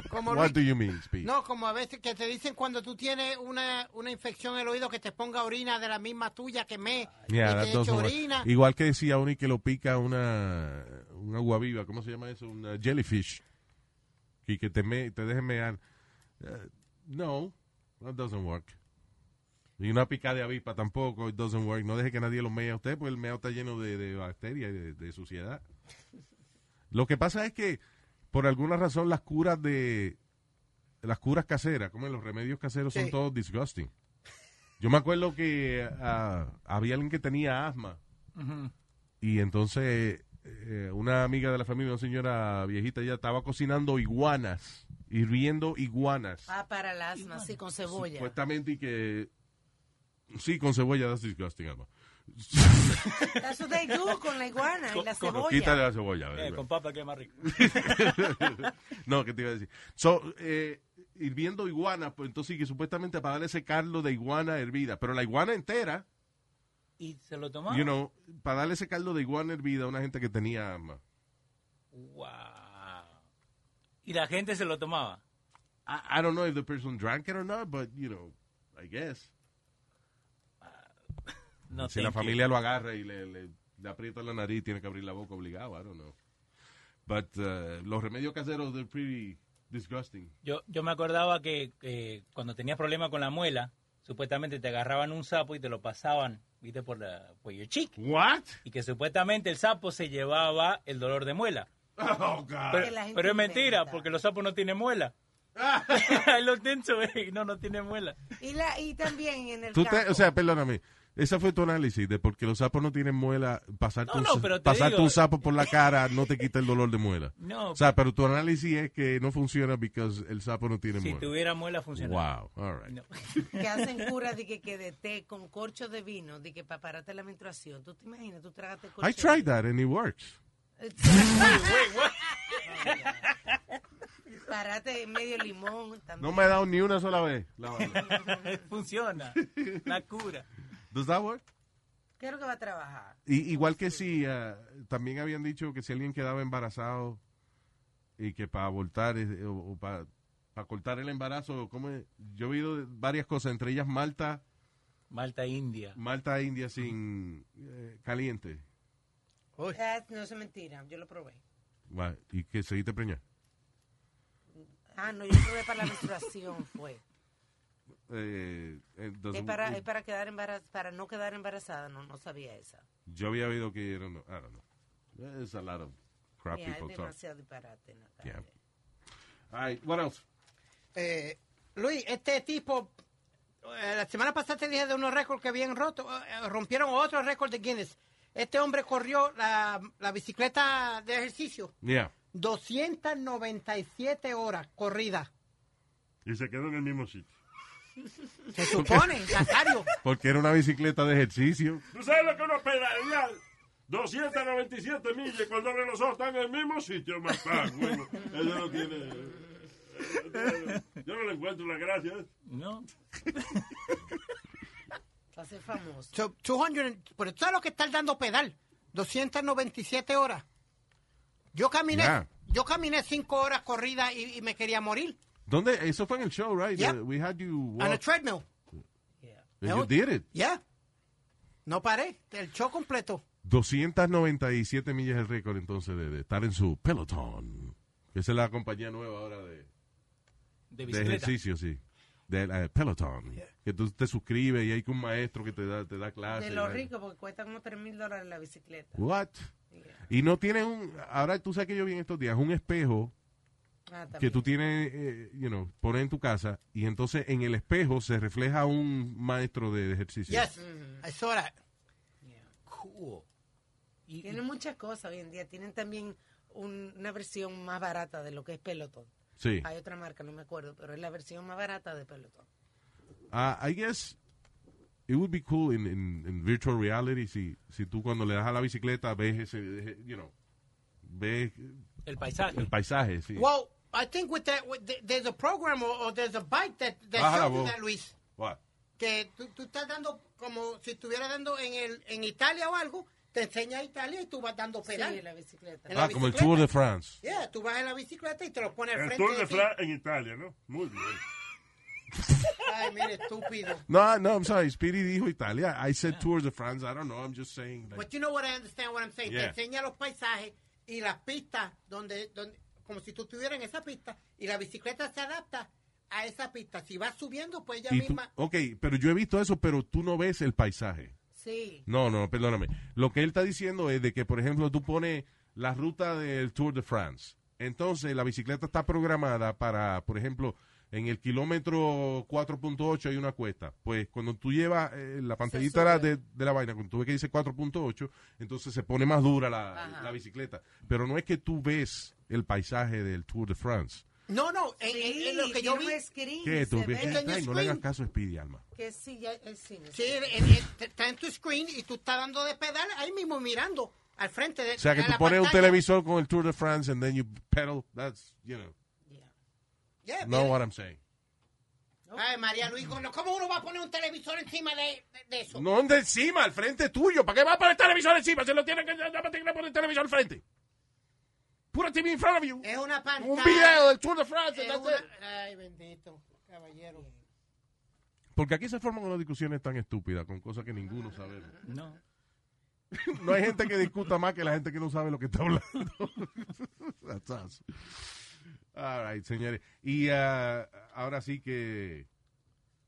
Speaker 6: como
Speaker 3: What
Speaker 6: Ricky-
Speaker 3: do you mean, Speed?
Speaker 6: No, como a veces que te dicen cuando tú tienes una, una infección en el oído que te ponga orina de la misma tuya que me.
Speaker 3: Yeah,
Speaker 6: y
Speaker 3: that
Speaker 6: te echo
Speaker 3: doesn't work.
Speaker 6: orina.
Speaker 3: Igual que decía Oni que lo pica una, una agua viva, ¿cómo se llama eso? Una jellyfish. Y que te, me, te deje mear. Eh, no, that doesn't work. Y una pica de avispa tampoco, it doesn't work. No deje que nadie lo mea a usted, pues el meao está lleno de, de bacterias y de, de suciedad. Lo que pasa es que, por alguna razón, las curas de. Las curas caseras, como los remedios caseros, son
Speaker 6: Sí.
Speaker 3: todos disgusting. Yo me acuerdo que ah, había alguien que tenía asma. Y entonces eh, una amiga de la familia, una señora viejita, ella estaba cocinando iguanas, hirviendo iguanas.
Speaker 7: Ah, para el asma, sí, con cebolla.
Speaker 3: Supuestamente y que... Sí, con cebolla, that's disgusting, Alma.
Speaker 7: That's what they do con la iguana y la
Speaker 3: Pero Quítale
Speaker 7: cebolla.
Speaker 3: la cebolla.
Speaker 9: Eh, con papa que es más rico.
Speaker 3: no, ¿qué te iba a decir? So, eh, hirviendo iguana, pues entonces y que supuestamente para darle ese caldo de iguana hervida, pero la iguana entera,
Speaker 9: Y se lo tomaba.
Speaker 3: you know, para darle ese caldo de iguana hervida a una gente que tenía um, asma.
Speaker 9: Wow. Y la gente se lo tomaba.
Speaker 3: I, I don't know if the person drank it or not, but, you know, I guess.
Speaker 9: No
Speaker 3: si la
Speaker 9: thank you.
Speaker 3: familia lo agarra y le, le- le aprieta la nariz, tiene que abrir la boca obligado. I don't know. But uh, los remedios caseros, they're pretty disgusting.
Speaker 9: Yo, yo me acordaba que eh, cuando tenías problemas con la muela, supuestamente te agarraban un sapo y te lo pasaban, viste, por la por your cheek.
Speaker 3: What?
Speaker 9: Y que supuestamente el sapo se llevaba el dolor de muela.
Speaker 3: Oh, God.
Speaker 7: Ah, Que la gente
Speaker 9: Pero es mentira,
Speaker 7: inventa. Ah.
Speaker 9: porque los sapos no tienen muela. Ahí lo tenso, eh, y no, no tiene muela.
Speaker 7: Y, la, y también en el
Speaker 3: Tú te-
Speaker 7: campo.
Speaker 3: o sea, perdóname. Esa fue tu análisis de porque los sapos no tienen muela. Pasarte,
Speaker 9: No,
Speaker 3: un,
Speaker 9: no,
Speaker 3: sa-
Speaker 9: pero te
Speaker 3: pasarte
Speaker 9: digo- eh.
Speaker 3: un sapo por la cara no te quita el dolor de muela.
Speaker 9: No,
Speaker 3: O sea, pero tu análisis es que no funciona porque el sapo no tiene
Speaker 9: si
Speaker 3: muela.
Speaker 9: tuviera muela funcionaba.
Speaker 3: Wow. All right.
Speaker 9: No.
Speaker 7: que hacen cura de que, que de té con corcho de vino, de que para pararte la menstruación. ¿Tú te imaginas? Tú tragaste corcho.
Speaker 3: I tried that and it works.
Speaker 7: de vino. Parate medio limón
Speaker 3: No
Speaker 7: también.
Speaker 3: me ha dado ni una sola vez. la vaina.
Speaker 9: Funciona. La cura.
Speaker 3: Does that work?
Speaker 7: ¿Qué es lo que va a trabajar?
Speaker 3: Y- igual que si ah, también habían dicho que si alguien quedaba embarazado y que para abortar eh, o, para cortar el embarazo, ¿cómo es? yo he oído de- varias cosas, entre ellas Malta,
Speaker 9: Malta India.
Speaker 3: Malta India sin eh, caliente.
Speaker 7: Ah, no, eso es mentira. Yo lo probé.
Speaker 3: Va, Y que seguiste preñar.
Speaker 7: Ah, no, yo lo probé para la menstruación, fue.
Speaker 3: Eh, eh,
Speaker 7: Es
Speaker 3: entonces,
Speaker 7: para,
Speaker 3: eh,
Speaker 7: es para, quedar embaraz para no quedar embarazada, no, no sabía esa.
Speaker 3: yo había oído que era, no, I don't know. It's a lot of crap
Speaker 7: Mira, es
Speaker 3: people talk.
Speaker 7: demasiado disparate, Natalia.
Speaker 3: Yeah. All right, what else?
Speaker 6: Eh, Luis, este tipo, eh, la semana pasada te dije de unos récords que habían roto, eh, rompieron otro récord de Guinness. Este hombre corrió la, la bicicleta de ejercicio
Speaker 3: Yeah.
Speaker 6: 297 horas corrida.
Speaker 8: Y se quedó en el mismo sitio.
Speaker 6: Se supone, Nazario.
Speaker 3: Porque era una bicicleta de ejercicio.
Speaker 8: ¿Tú sabes lo que uno pedalea? 297 millas y cuando abre los ojos están en el mismo sitio, más Bueno, eso no tiene... Yo no le encuentro la gracia. ¿eh?
Speaker 9: No.
Speaker 7: Va a ser famoso.
Speaker 6: So, 200, and- pero tú sabes lo que está dando pedal. 297 horas. Yo caminé,
Speaker 3: Yeah.
Speaker 6: yo caminé cinco horas corrida y, y me quería morir.
Speaker 3: ¿Dónde? Eso fue en el show, right?
Speaker 6: Yeah.
Speaker 3: Uh, we had you
Speaker 6: On a
Speaker 3: walk-
Speaker 6: treadmill.
Speaker 3: You did it.
Speaker 6: Yeah. No paré. El show completo.
Speaker 3: 297 millas el récord entonces de, de estar en su Peloton. Esa es la compañía nueva ahora de,
Speaker 9: De
Speaker 3: de
Speaker 9: bicicleta.
Speaker 3: ejercicio, sí. De la- Peloton. Que tú te suscribes y hay que un maestro que te da, te da clases.
Speaker 7: De
Speaker 3: y
Speaker 7: lo
Speaker 3: vaina.
Speaker 7: rico, porque cuesta como 3 mil dólares la bicicleta.
Speaker 3: What? Y no tienes un... Ahora tú sabes que yo vi en estos días un espejo
Speaker 7: Ah,
Speaker 3: que
Speaker 7: también.
Speaker 3: tú tienes, eh, you know, pones en tu casa y entonces en el espejo se refleja un maestro de, de ejercicio.
Speaker 6: Yes. I saw that.
Speaker 9: Cool. Y-
Speaker 7: Tienen muchas cosas hoy en día. Tienen también un- una versión más barata de lo que es pelotón.
Speaker 3: Sí.
Speaker 7: Hay otra marca, no me acuerdo, pero es la versión más barata de pelotón.
Speaker 3: Ah, I guess it would be cool in, in, in virtual reality si, si tú cuando le das a la bicicleta ves ese, ese, you know, ves
Speaker 9: el paisaje.
Speaker 3: el paisaje, sí.
Speaker 6: Well, I think with that, with the- there's a program or, or there's a bike that, that
Speaker 3: Baja la
Speaker 6: shows you
Speaker 3: voz.
Speaker 6: that, Luis.
Speaker 3: What?
Speaker 6: que tú, tú estás dando como si estuvieras dando en el en Italia o algo, te enseña Italia y tú vas dando pedal.
Speaker 7: Sí, la bicicleta.
Speaker 6: En la
Speaker 3: Ah, como el
Speaker 6: bicicleta.
Speaker 3: Tour de France.
Speaker 6: Yeah, tú vas en la bicicleta y te lo pones al
Speaker 8: El
Speaker 6: frente
Speaker 8: Tour
Speaker 6: de
Speaker 8: de
Speaker 6: ti.
Speaker 8: Fran en Italia, ¿no? Muy bien.
Speaker 6: Ay, mire, estúpido.
Speaker 3: No, no, I'm sorry. Speedy dijo Italia. I said Tour de France. I don't know. I'm just saying. like-
Speaker 6: But you know what I understand what I'm saying.
Speaker 3: Yeah.
Speaker 6: Te enseña los paisajes y las pistas donde, donde como si tú estuvieras en esa pista y la bicicleta se adapta a esa pista. Si vas subiendo, pues ella
Speaker 3: Y tú-
Speaker 6: misma
Speaker 3: ok, pero yo he visto eso, pero tú no ves el paisaje.
Speaker 7: Sí.
Speaker 3: No, no, perdóname. Lo que él está diciendo es de que, por ejemplo, tú pones la ruta del Tour de France. Entonces, la bicicleta está programada para, por ejemplo, en el kilómetro 4.8 hay una cuesta. Pues cuando tú llevas eh, la pantallita la de, de la vaina, cuando tú ves que dice 4.8, entonces se pone más dura la,
Speaker 7: Ajá.
Speaker 3: la bicicleta. Pero no es que tú ves el paisaje del Tour de France.
Speaker 6: No, no, en, en- en lo que yo vi.
Speaker 3: ¿Qué tú?
Speaker 7: se ve
Speaker 3: ves?
Speaker 6: en el
Speaker 3: Ay, no le hagas
Speaker 6: screen.
Speaker 3: caso a Speedy, alma.
Speaker 7: que sí, ya es cine.
Speaker 6: Sí, en- en- está en tu screen y tú estás dando de pedal ahí mismo mirando al frente de.
Speaker 3: O sea, que
Speaker 6: a
Speaker 3: tú
Speaker 6: la
Speaker 3: pones un
Speaker 6: pantalla.
Speaker 3: televisor con el Tour de France and then you pedal. That's, you know,
Speaker 7: Yeah.
Speaker 6: Yeah,
Speaker 3: know
Speaker 6: mira.
Speaker 3: what I'm saying.
Speaker 6: Ay, María Luis, ¿cómo cómo uno va a poner un televisor encima de, de- de eso?
Speaker 3: No de encima, al frente tuyo. ¿Para qué va a poner el televisor encima? Se lo tiene que, nada más tiene que poner el televisor al frente. Pura TV in front of you.
Speaker 6: Es una pantalla.
Speaker 3: Un video del Tour de France.
Speaker 6: Es
Speaker 3: that's
Speaker 6: una-
Speaker 3: it.
Speaker 6: Ay, bendito, caballero.
Speaker 3: Porque aquí se forman unas discusiones tan estúpidas con cosas que ninguno sabemos.
Speaker 9: No.
Speaker 3: No hay gente que discuta más que la gente que no sabe lo que está hablando. That's us. All right, señores. Y ah, ahora sí que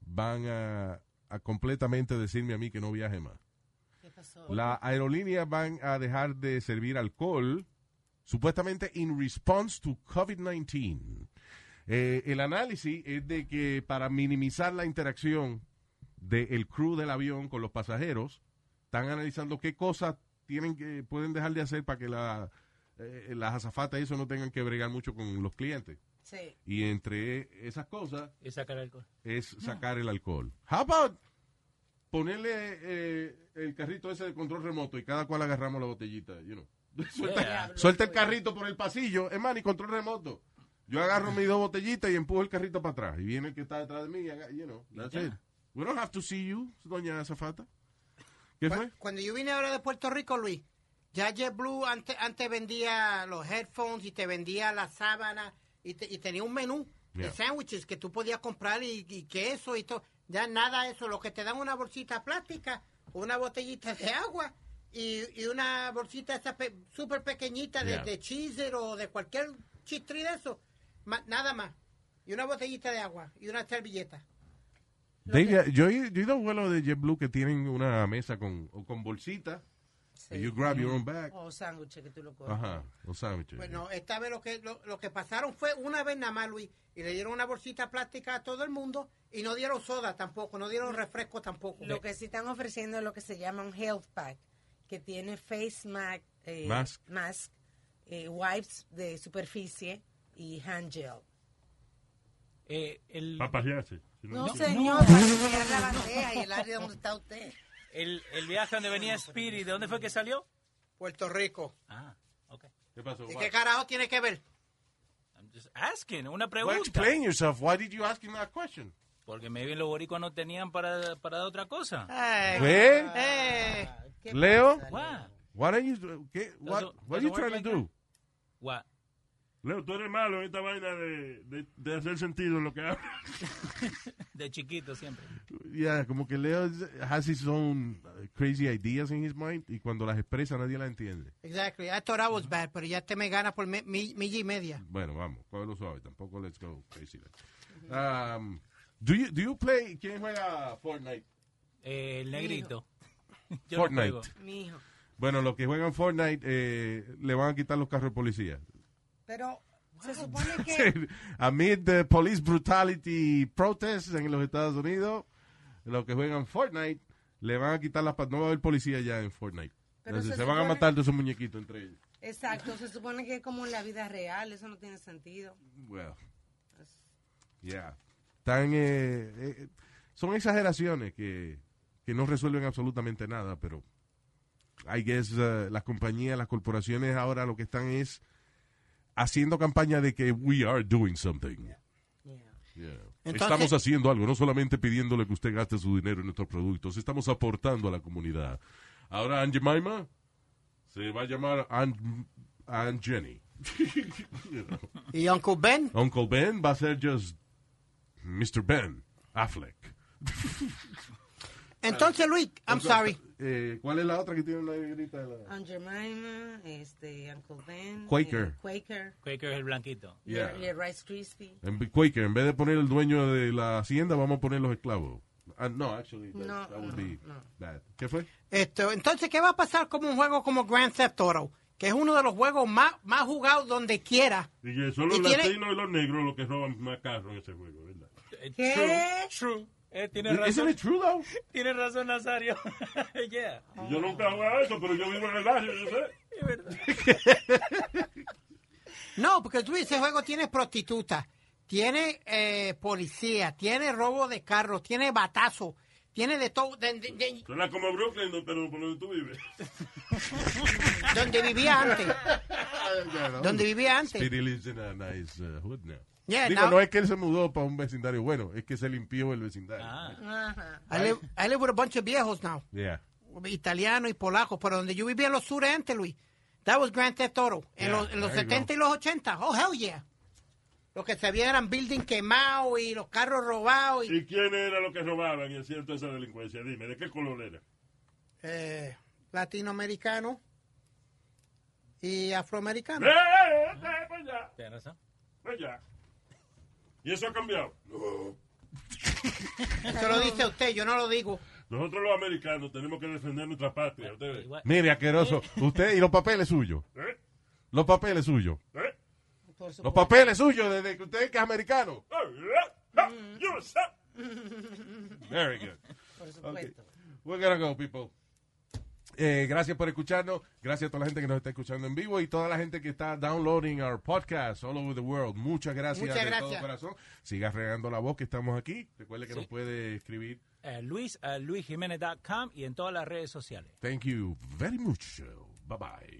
Speaker 3: van a, a completamente decirme a mí que no viaje más.
Speaker 7: ¿Qué pasó?
Speaker 3: Las aerolíneas van a dejar de servir alcohol, supuestamente in response to COVID-19. Eh, el análisis es de que para minimizar la interacción del crew del avión con los pasajeros, están analizando qué cosas tienen que pueden dejar de hacer para que la- eh, las azafatas y eso no tengan que bregar mucho con los clientes.
Speaker 7: Sí.
Speaker 3: Y entre esas cosas
Speaker 9: Y sacar alcohol.
Speaker 3: es sacar el alcohol. How about ponerle eh, el carrito ese de control remoto y cada cual agarramos la botellita, you know? Suelta,
Speaker 9: Yeah.
Speaker 3: suelta el carrito por el pasillo, es más, ni control remoto. Yo agarro mis dos botellitas y empujo el carrito para atrás. Y viene el que está detrás de mí, y haga- you know, that's it. We don't have to see you, doña Azafata. ¿Qué fue?
Speaker 6: Cu- Cuando yo vine ahora de Puerto Rico, Luis, ya JetBlue antes, antes vendía los headphones y te vendía la sábana y, te- y tenía un menú
Speaker 3: Yeah.
Speaker 6: de sándwiches que tú podías comprar y, y queso y todo. Ya nada de eso. Lo que te dan una bolsita plástica, una botellita de agua y, y una bolsita esa pe- súper pequeñita de,
Speaker 3: Yeah.
Speaker 6: de cheeser o de cualquier chistri de eso. Ma- nada más. Y una botellita de agua y una servilleta.
Speaker 3: Dave, uh, yo, he- yo he ido a vuelos de JetBlue que tienen una mesa con, o con bolsita. and You grab your own bag.
Speaker 7: O sándwiches que tú lo coges.
Speaker 3: Ajá, los sándwiches.
Speaker 6: Bueno, Pues esta vez lo que, lo, lo que pasaron fue una vez nada más, Luis, y le dieron una bolsita plástica a todo el mundo y no dieron soda tampoco, no dieron refresco tampoco.
Speaker 9: Eh,
Speaker 7: Lo que sí están ofreciendo es lo que se llama un health pack, que tiene face mask, eh,
Speaker 3: Mask.
Speaker 7: mask, eh, wipes de superficie y hand gel.
Speaker 9: Eh, el,
Speaker 8: Papajearse. Si
Speaker 7: No,
Speaker 8: no, quiere.
Speaker 7: señor, para limpiar la bandeja y el área donde está usted.
Speaker 9: el, el viaje donde venía Spirit, ¿de dónde fue que salió?
Speaker 6: Puerto Rico.
Speaker 9: Ah, ok.
Speaker 3: ¿Qué pasó?
Speaker 6: ¿Y qué carajo tiene que ver?
Speaker 9: I'm just asking, una
Speaker 3: Well,
Speaker 9: pregunta.
Speaker 3: explain yourself. Why did you ask him that question?
Speaker 9: Porque maybe los boricuas no tenían para, para dar otra cosa.
Speaker 6: Ay,
Speaker 3: Well,
Speaker 6: eh,
Speaker 7: ¿Qué
Speaker 3: Leo.
Speaker 7: pasa,
Speaker 9: What?
Speaker 3: what are you do- ¿qué? what
Speaker 9: Doesn't-
Speaker 3: what are you
Speaker 9: doesn't
Speaker 3: trying
Speaker 9: work
Speaker 3: to
Speaker 9: like
Speaker 3: do?
Speaker 9: What?
Speaker 8: Leo, tú eres malo en esta vaina de, de, de hacer sentido en lo que hablas.
Speaker 9: De chiquito siempre.
Speaker 3: Yeah, como que Leo is- has his own uh, crazy ideas in his mind y cuando las expresa nadie las entiende.
Speaker 6: exactly. I thought I was bad, pero ya te me gana por mi- mi- milla y media.
Speaker 3: Bueno, vamos, cógelo suave, tampoco let's go crazy. like. Um, do you do you play quién juega Fortnite?
Speaker 9: Eh, el negrito. Yo no
Speaker 3: Fortnite.
Speaker 9: juego.
Speaker 7: Mijo.
Speaker 3: Bueno, los que juegan Fortnite eh, le van a quitar los carros de policía.
Speaker 7: Pero se supone que
Speaker 3: Amid the police brutality protests en los Estados Unidos, los que juegan Fortnite le van a quitar las pa- no va a haber policía ya en Fortnite.
Speaker 7: Pero
Speaker 3: Entonces, se,
Speaker 7: se
Speaker 3: van a
Speaker 7: supone-
Speaker 3: matar de esos muñequitos entre ellos.
Speaker 7: Exacto, se supone que es como en la vida real, eso no tiene sentido.
Speaker 3: Well, yeah. Están, eh, eh, son exageraciones que, que no resuelven absolutamente nada, pero I guess uh, las compañías, las corporaciones ahora lo que están es haciendo campaña de que we are doing something.
Speaker 7: Yeah.
Speaker 6: Entonces-
Speaker 3: estamos haciendo algo, no solamente pidiéndole que usted gaste su dinero en nuestros productos, estamos aportando a la comunidad. Ahora Aunt Jemima se va a llamar Aunt, Aunt Jenny. You know.
Speaker 6: Y Uncle Ben,
Speaker 3: Uncle Ben va a ser just Mr. Ben Affleck.
Speaker 6: entonces Luis, I'm sorry.
Speaker 3: Eh, ¿Cuál es la otra que tiene una negrita? La...
Speaker 7: Aunt Jemima, este, Uncle Ben.
Speaker 3: Quaker.
Speaker 7: eh, Quaker.
Speaker 9: Quaker es el blanquito.
Speaker 3: Yeah.
Speaker 7: Y el Rice Krispie.
Speaker 3: En vez- Quaker, en vez de poner el dueño de la hacienda, vamos a poner los esclavos. Ah, no, actually, that,
Speaker 7: No,
Speaker 3: that would
Speaker 7: no,
Speaker 3: be bad. ¿Qué fue?
Speaker 6: Esto, entonces, ¿qué va a pasar como un juego como Grand Theft Auto? Que es uno de los juegos más, más jugados donde quiera.
Speaker 8: Y que son los
Speaker 6: Y tiene-
Speaker 8: latinos y los negros los que roban más carros en ese juego, ¿verdad?
Speaker 9: Eh,
Speaker 7: ¿Qué?
Speaker 9: True. True. Eh, tiene
Speaker 3: ¿Isn't
Speaker 9: razón.
Speaker 3: it true, though?
Speaker 9: Tiene razón, Nazario. yeah.
Speaker 8: Y Yo nunca jugaba eso, pero yo vivo en el área, yo sé.
Speaker 9: Es verdad.
Speaker 6: No, porque tú ese juego tiene prostitutas, tiene eh, policía, tiene robo de carros, tiene batazo, tiene de todo. de- de- de-
Speaker 8: Suena como Brooklyn, no, pero por donde tú vives.
Speaker 6: donde vivía antes. Donde vivía antes.
Speaker 3: Speedy lives in a nice uh, hood now.
Speaker 6: este. Yeah,
Speaker 3: Digo,
Speaker 6: now-
Speaker 3: no es que él se mudó para un vecindario bueno, es que se limpió el vecindario.
Speaker 9: Ah,
Speaker 7: Ajá.
Speaker 6: I live, I live with a bunch of viejos now.
Speaker 3: Yeah.
Speaker 6: italianos y polacos, pero donde yo vivía en los sures antes, Luis. That was Grand Theft Auto. en
Speaker 3: Yeah,
Speaker 6: los, en los
Speaker 3: there you
Speaker 6: 70 y los 80. Oh, hell yeah. Lo que se veía eran building quemados y los carros robados. Y,
Speaker 8: ¿Y quién era lo que robaban y hacían toda esa delincuencia? Dime, ¿de qué color era?
Speaker 6: eh, latinoamericanos y afroamericanos.
Speaker 8: ¡Eh, eh, eh! ¡Para allá!
Speaker 9: tiene razón.
Speaker 8: ¡Para allá! ¿Y eso ha cambiado? No.
Speaker 6: Eso lo dice usted, yo no lo digo.
Speaker 8: Nosotros los americanos tenemos que defender nuestra patria. ¿Ustedes?
Speaker 9: Igual.
Speaker 3: Mire, asqueroso, usted y los papeles suyos.
Speaker 8: ¿Eh?
Speaker 3: Los papeles suyos.
Speaker 8: ¿Eh?
Speaker 7: Por supuesto.
Speaker 3: Los papeles suyos desde que usted que es americano.
Speaker 8: Ah, ah, ah, yo sé.
Speaker 3: Very good.
Speaker 7: Por supuesto.
Speaker 3: We're gonna go, people. Eh, gracias por escucharnos. Gracias a toda la gente que nos está escuchando en vivo y toda la gente que está downloading our podcast all over the world. Muchas gracias
Speaker 6: Muchas
Speaker 3: de todo
Speaker 6: gracias.
Speaker 3: corazón. Siga regando la voz que estamos aquí. Recuerde que
Speaker 9: Sí.
Speaker 3: nos puede escribir.
Speaker 9: Eh, Luis, a luisjimenez.com y en todas las redes sociales.
Speaker 3: Thank you very much. uh, Bye bye.